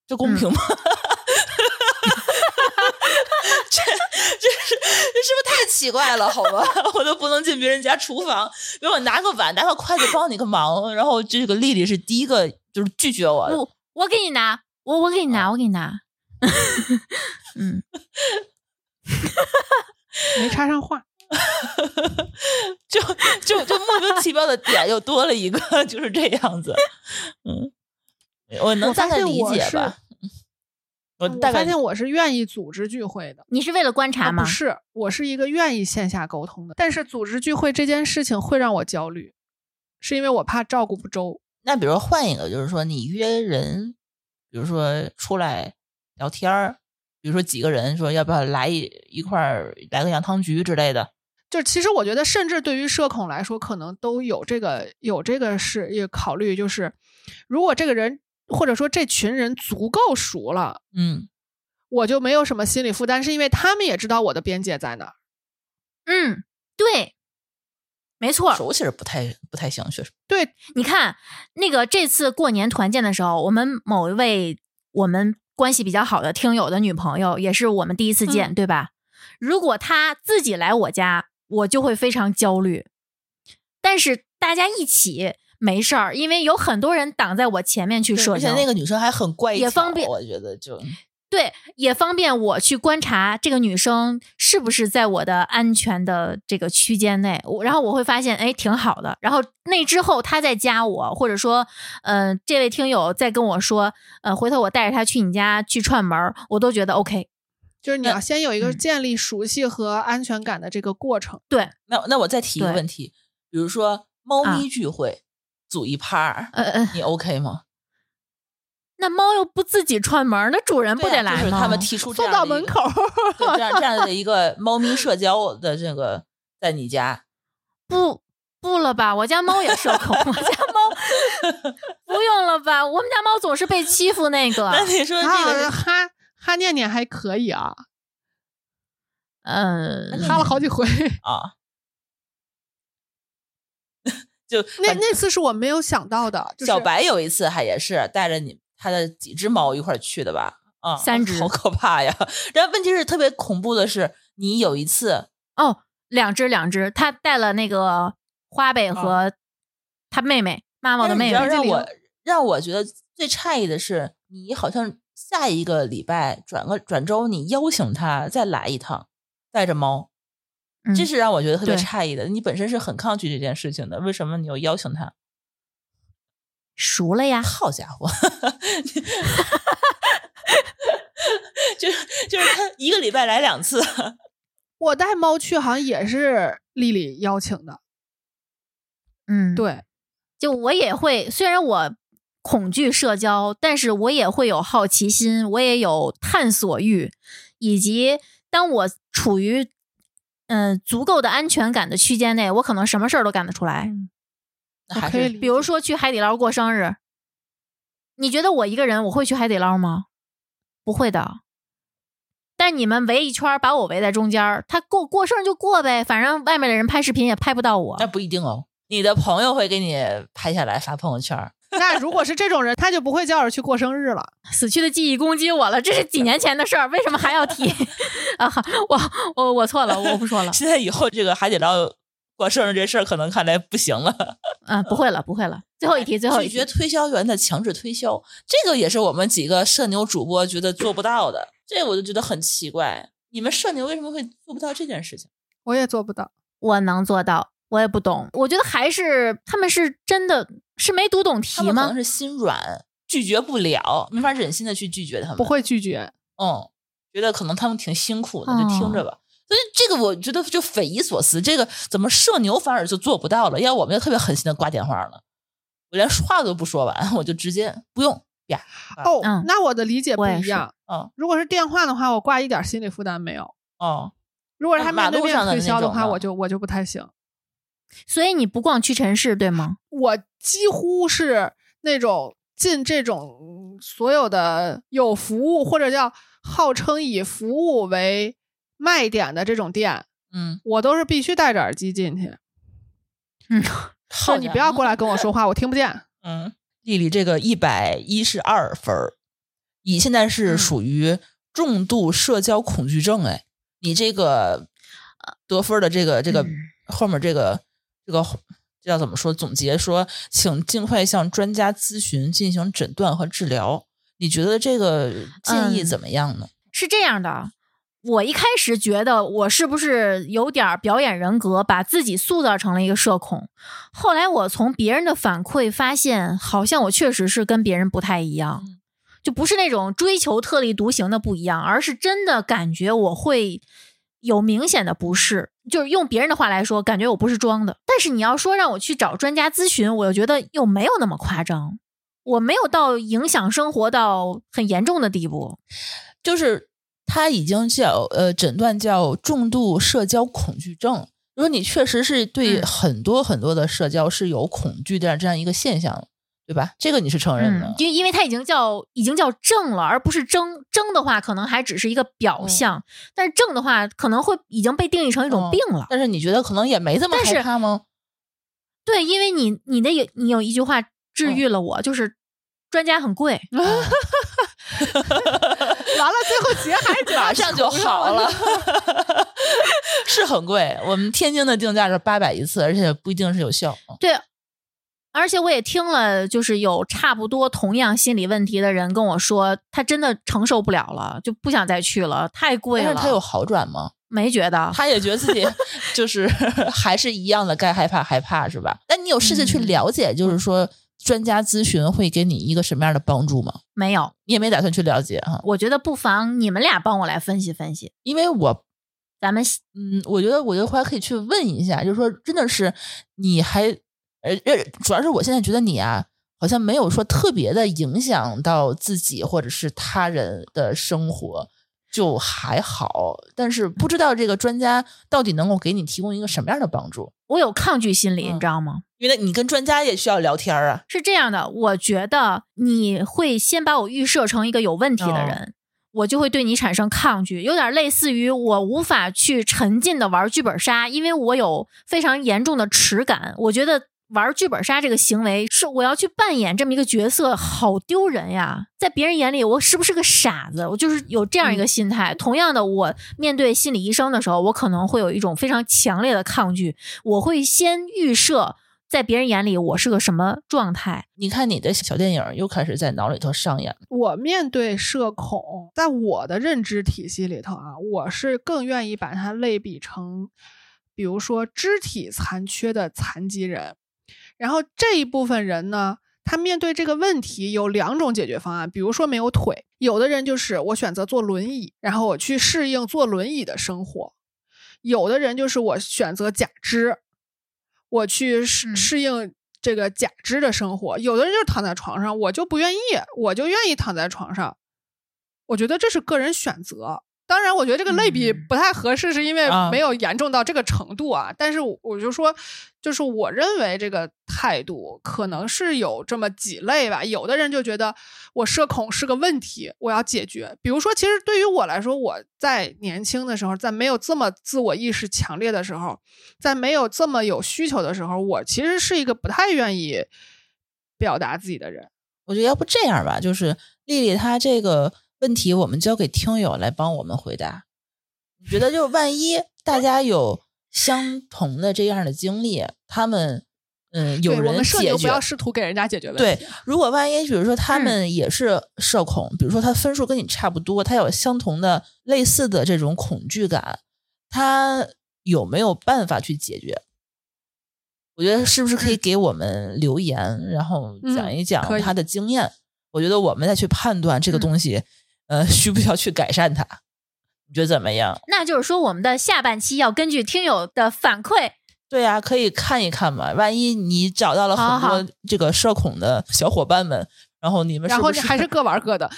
这
嗯
公平吗？ [LAUGHS] 这这是这是不是太奇怪了？好吧， [LAUGHS] 我都不能进别人家厨房，比如我拿个碗、拿个筷子帮你个忙，然后这个丽丽是第一个就是拒绝我的，
我我给你拿，我我给你拿，我给你拿。 [LAUGHS] 嗯，
没插上话，
就就就莫名其妙的点又多了一个， [LAUGHS] 就是这样子。嗯，我能
我发
大概
现
理
我
解
是嗯
吧？嗯我
我
大概
发现我是愿意组织聚会的。
你是为了观
啊
察吗？
不是，我是一个愿意线下沟通的，但是组织聚会这件事情会让我焦虑，是因为我怕照顾不周。
那比如换一个，就是说你约人，比如说出来聊天儿，比如说几个人说要不要来一一块儿来个羊汤局之类的，
就其实我觉得，甚至对于社恐来说，可能都有这个有这个是也考虑，就是如果这个人或者说这群人足够熟了，
嗯，
我就没有什么心理负担，是因为他们也知道我的边界在哪儿。
嗯，对，没错儿。
熟其实不太不太行，确实，
对，
你看，那个这次过年团建的时候，我们某一位我们关系比较好的听友的女朋友，也是我们第
嗯
一次见，对吧？如果她自己来我家，我就会非常焦虑。但是大家一起没事儿，因为有很多人挡在我前面去社
而且
交，
那个女生还很怪，
也方便
我觉得就
对也方便我去观察这个女生是不是在我的安全的这个区间内。我然后我会发现，哎，挺好的。然后那之后她再加我，或者说，嗯、这位听友再跟我说，呃，回头我带着她去你家去串门儿，我都觉得 OK。
就是你要先有一个
嗯
建立熟悉和安全感的这个过程。
那那我再提一个
对
问题，比如说猫
啊
咪聚会、组一趴儿，
呃呃，
你 OK 吗？
那猫又不自己串门儿，那主人不
对
得
啊
来吗？
就是
[LAUGHS]
他们提出这
送
样
到
的一
门
个
口，
[LAUGHS] 对这样这样的一个猫咪社交的这个在你家，
不不了吧，我家猫也社恐，我家猫 [LAUGHS] 不用了吧，我们家猫总是被欺负那个。
[LAUGHS] 那你说这
啊，
个是
哈哈念念还可以啊，
嗯，
哈了好几回。
啊？就
那那次是我没有想到的，就是
小白有一次还也是带着你他的几只猫一块儿去的吧？啊、
三只
[LAUGHS] 好可怕呀！然后问题是特别恐怖的是，你有一次
哦，两只两只，他带了那个花呗和他妹妹、妈妈
但
的
是哦你
妹
知道
妹。
让我让我觉得最诧异的是，你好像下一个礼拜转个转周，你邀请他再来一趟，带着猫，
嗯
这是让我觉得特别
对
诧异的。你本身是很抗拒这件事情的，为什么你又邀请他？
熟了呀，
[LAUGHS] 好家伙！就是就是他一个礼拜来两次，
我带猫去，好像也是丽丽邀请的。
嗯，，
对，
就我也会，虽然我恐惧社交，但是我也会有好奇心，我也有探索欲，以及当我处于嗯、呃足够的安全感的区间内，我可能什么事儿都干得出来。哦
嗯那还
可以
是
理
比如
解
说去海底捞过生日，你觉得我一个人我会去海底捞吗？不会的。但你们围一圈儿，把我围在中间儿，他过过生日就过呗，反正外面的人拍视频也拍不到我
那。不一定哦。你的朋友会给你拍下来发朋友圈儿，。
那如果是这种人，他就不会叫着去过生日了。
死去的记忆攻击我了，这是几年前的事儿，为什么还要提？ [LAUGHS] 啊，我我我错了，我不说了
现在以后这个海底捞过生日这事儿，可能看来不行了。
啊，不会了，不会了。最后一
[LAUGHS]
题，最后一
拒
题
绝。推销员的强制推销，这个也是我们几个社牛主播觉得做不到的。这个我就觉得很奇怪，你们社牛为什么会做不到这件事情？
我也做不到，
我能做到，我也不懂。我觉得还是他们是真的是没读懂
他
题
们可
吗
能？是心软，拒绝不了，没法忍心的去拒绝他们。
不，会拒绝。
嗯，觉得可能他们挺辛苦的，
哦
就听着吧。所以这个我觉得就匪夷所思，这个怎么社牛反而就做不到了？要我们就特别狠心的挂电话了，我连话都不说完，我就直接不用呀。挂
哦，
嗯
那我的理解不
我也
一
是
样。
嗯
如果是电话的话，我挂一点心理负担没有。
哦，
如果是他
马
面对
路
面
上的
推
那
销的
种
话，
的
我就我就不太行。
所以你不逛屈臣氏对吗？
我几乎是那种进这种嗯所有的有服务或者叫号称以服务为卖点的这种店，
嗯，
我都是必须戴着耳机进去。
好
就你不要
家伙
过来跟我说话，我听不见。
嗯，丽丽这个一百一十二分儿，你现在是
嗯
属于重度社交恐惧症哎，你这个得分儿的这个这个、
嗯
后面这个这个这叫怎么说？总结说，请尽快向专家咨询，进行诊断和治疗。你觉得这个建议
嗯
怎么样呢？
是这样的，啊我一开始觉得我是不是有点儿表演人格，把自己塑造成了一个社恐。后来我从别人的反馈发现，好像我确实是跟别人不太一样，就不是那种追求特立独行的不一样，而是真的感觉我会有明显的不适。就是用别人的话来说，感觉我不是装的。但是你要说让我去找专家咨询，我又觉得又没有那么夸张。我没有到影响生活到很严重的地步。
就是他已经叫呃诊断叫重度社交恐惧症，如果你确实是对
嗯
很多很多的社交是有恐惧的这样一个现象，对吧？这个你是承认的
嗯，，因为因为它已经叫已经叫症了，而不是争争的话，可能还只是一个表
嗯
象，但是症的话，可能会已经被定义成一种
嗯
病了。
但是你觉得可能也没这么
但是
害怕吗？
对，因为你你的有你有一句话治
嗯
愈了我，就是专家很贵。
完了，最后结还是结
[LAUGHS]
到
马上就
头上
好了， [LAUGHS] 是很贵。我们天津的定价是八百一次，而且不一定是有效。
对，而且我也听了，就是有差不多同样心理问题的人跟我说，他真的承受不了了，就不想再去了，太贵
但
了。
是他有好转吗？
没觉得？
[LAUGHS] 他也觉得自 [LAUGHS] 己就是还是一样的，该害怕害怕是吧？但你有试着去
嗯
了解，就是说专家咨询会给你一个什么样的帮助吗？
没有。
你也没打算去了解哈，
我觉得不妨你们俩帮我来分析分析，
因为我
咱们
嗯，我觉得我觉得还可以去问一下，就是说真的是你还呃呃，主要是我现在觉得你啊。好像没有说特别的影响到自己或者是他人的生活，就还好。但是不知道这个专家到底能够给你提供一个什么样的帮助，
我有抗拒心理，
嗯
你知道吗？
因为你跟专家也需要聊天儿啊。
是这样的，我觉得你会先把我预设成一个有问题的人，我就会对你产生抗拒，有点类似于我无法去沉浸的玩剧本杀，因为我有非常严重的耻感。我觉得玩剧本杀这个行为是我要去扮演这么一个角色，好丢人呀！在别人眼里，我是不是个傻子？我就是有这样一个心态。同样的，我面对心理医生的时候，我可能会有一种非常强烈的抗拒，我会先预设。在别人眼里，我是个什么状态？
你看你的小电影又开始在脑里头上演了。
我面对社恐，在我的认知体系里头啊，我是更愿意把它类比成，比如说肢体残缺的残疾人。然后这一部分人呢，他面对这个问题有两种解决方案，比如说没有腿，有的人就是我选择坐轮椅，然后我去适应坐轮椅的生活；有的人就是我选择假肢，我去适
嗯
适应这个假肢的生活；有的人就是躺在床上，我就不愿意，我就愿意躺在床上。我觉得这是个人选择。当然，我觉得这个类比
嗯
不太合适，是因为
啊
没有严重到这个程度啊。但是我我就说，就是我认为这个态度可能是有这么几类吧。有的人就觉得我社恐是个问题，我要解决。比如说，其实对于我来说，我在年轻的时候，在没有这么自我意识强烈的时候，在没有这么有需求的时候，我其实是一个不太愿意表达自己的人。
我觉得要不这样吧，就是丽丽她这个问题，我们交给听友来帮我们回答。你觉得就是万一大家有相同的这样的经历，他们嗯有
对我
人
们社
解
牛不
决
要。试图给人家解决问题。
对，如果万一比如说他们也是社恐，比如说他分数跟你差不多，他有相同的类似的这种恐惧感，他有没有办法去解决？我觉得是不是可以给我们留言，然后讲一讲
嗯可以
他的经验？我觉得我们再去判断这个东西，呃，需不需要去改善它？你觉得怎么样？
那就是说，我们的下半期要根据听友的反馈，
对啊，可以看一看嘛。万一你找到了
好
很
好
多这个社恐的小伙伴们，然后你们是
然后
不
你
是
还是各玩各的，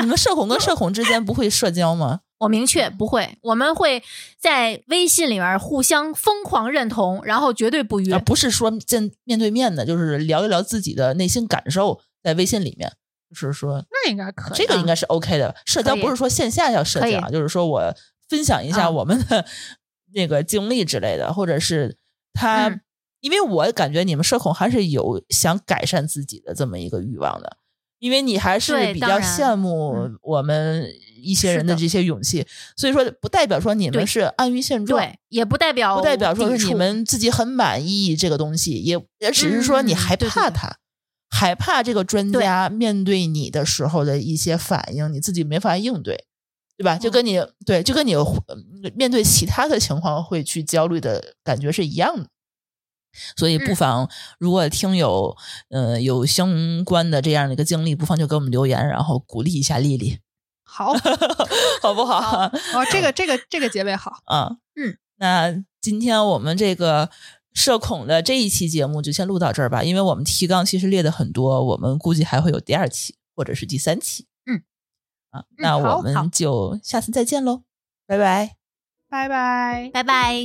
你们社恐跟社恐之间不会社交吗？
我明确不会，我们会在微信里面互相疯狂认同，然后绝对不约。
啊，不是说见面对面的，就是聊一聊自己的内心感受，在微信里面，就是说
那应该可以。啊
这个应该是 OK 的。社交
啊可以
不是说线下要社
可以
交啊，就是说我分享一下
啊
我们的那个经历之类的，或者是他，
嗯
因为我感觉你们社恐还是有想改善自己的这么一个欲望的。因为你还是
对
比
当
较
然
羡慕
嗯
我们一些
是
人的
的
这些勇气，所以说不代表说你们
对
是安于现状，
对，也不代表
不代表说
哦抵
是你
触
们自己很满意这个东西，也也只是说你
嗯
害
对对
怕
对
它，害怕这个专
对
家面对你的时候的一些反应，你自己没法应对，
嗯
对吧？就跟你、对，就跟你呃面对其他的情况会去焦虑的感觉是一样的。所以不
嗯
妨，如果听友呃有相关的这样的一个经历，不妨就给我们留言，然后鼓励一下丽 [LAUGHS] 丽，
好，
好不好？
哦好，这个这个这个结尾好。
啊，
嗯，
那今天我们这个社恐的这一期节目就先录到这儿吧，因为我们提纲其实列的很多，我们估计还会有第二期或者是第三期。
嗯，
啊，那
好
我
好
们就下次再见喽，拜拜。
拜拜。
拜拜。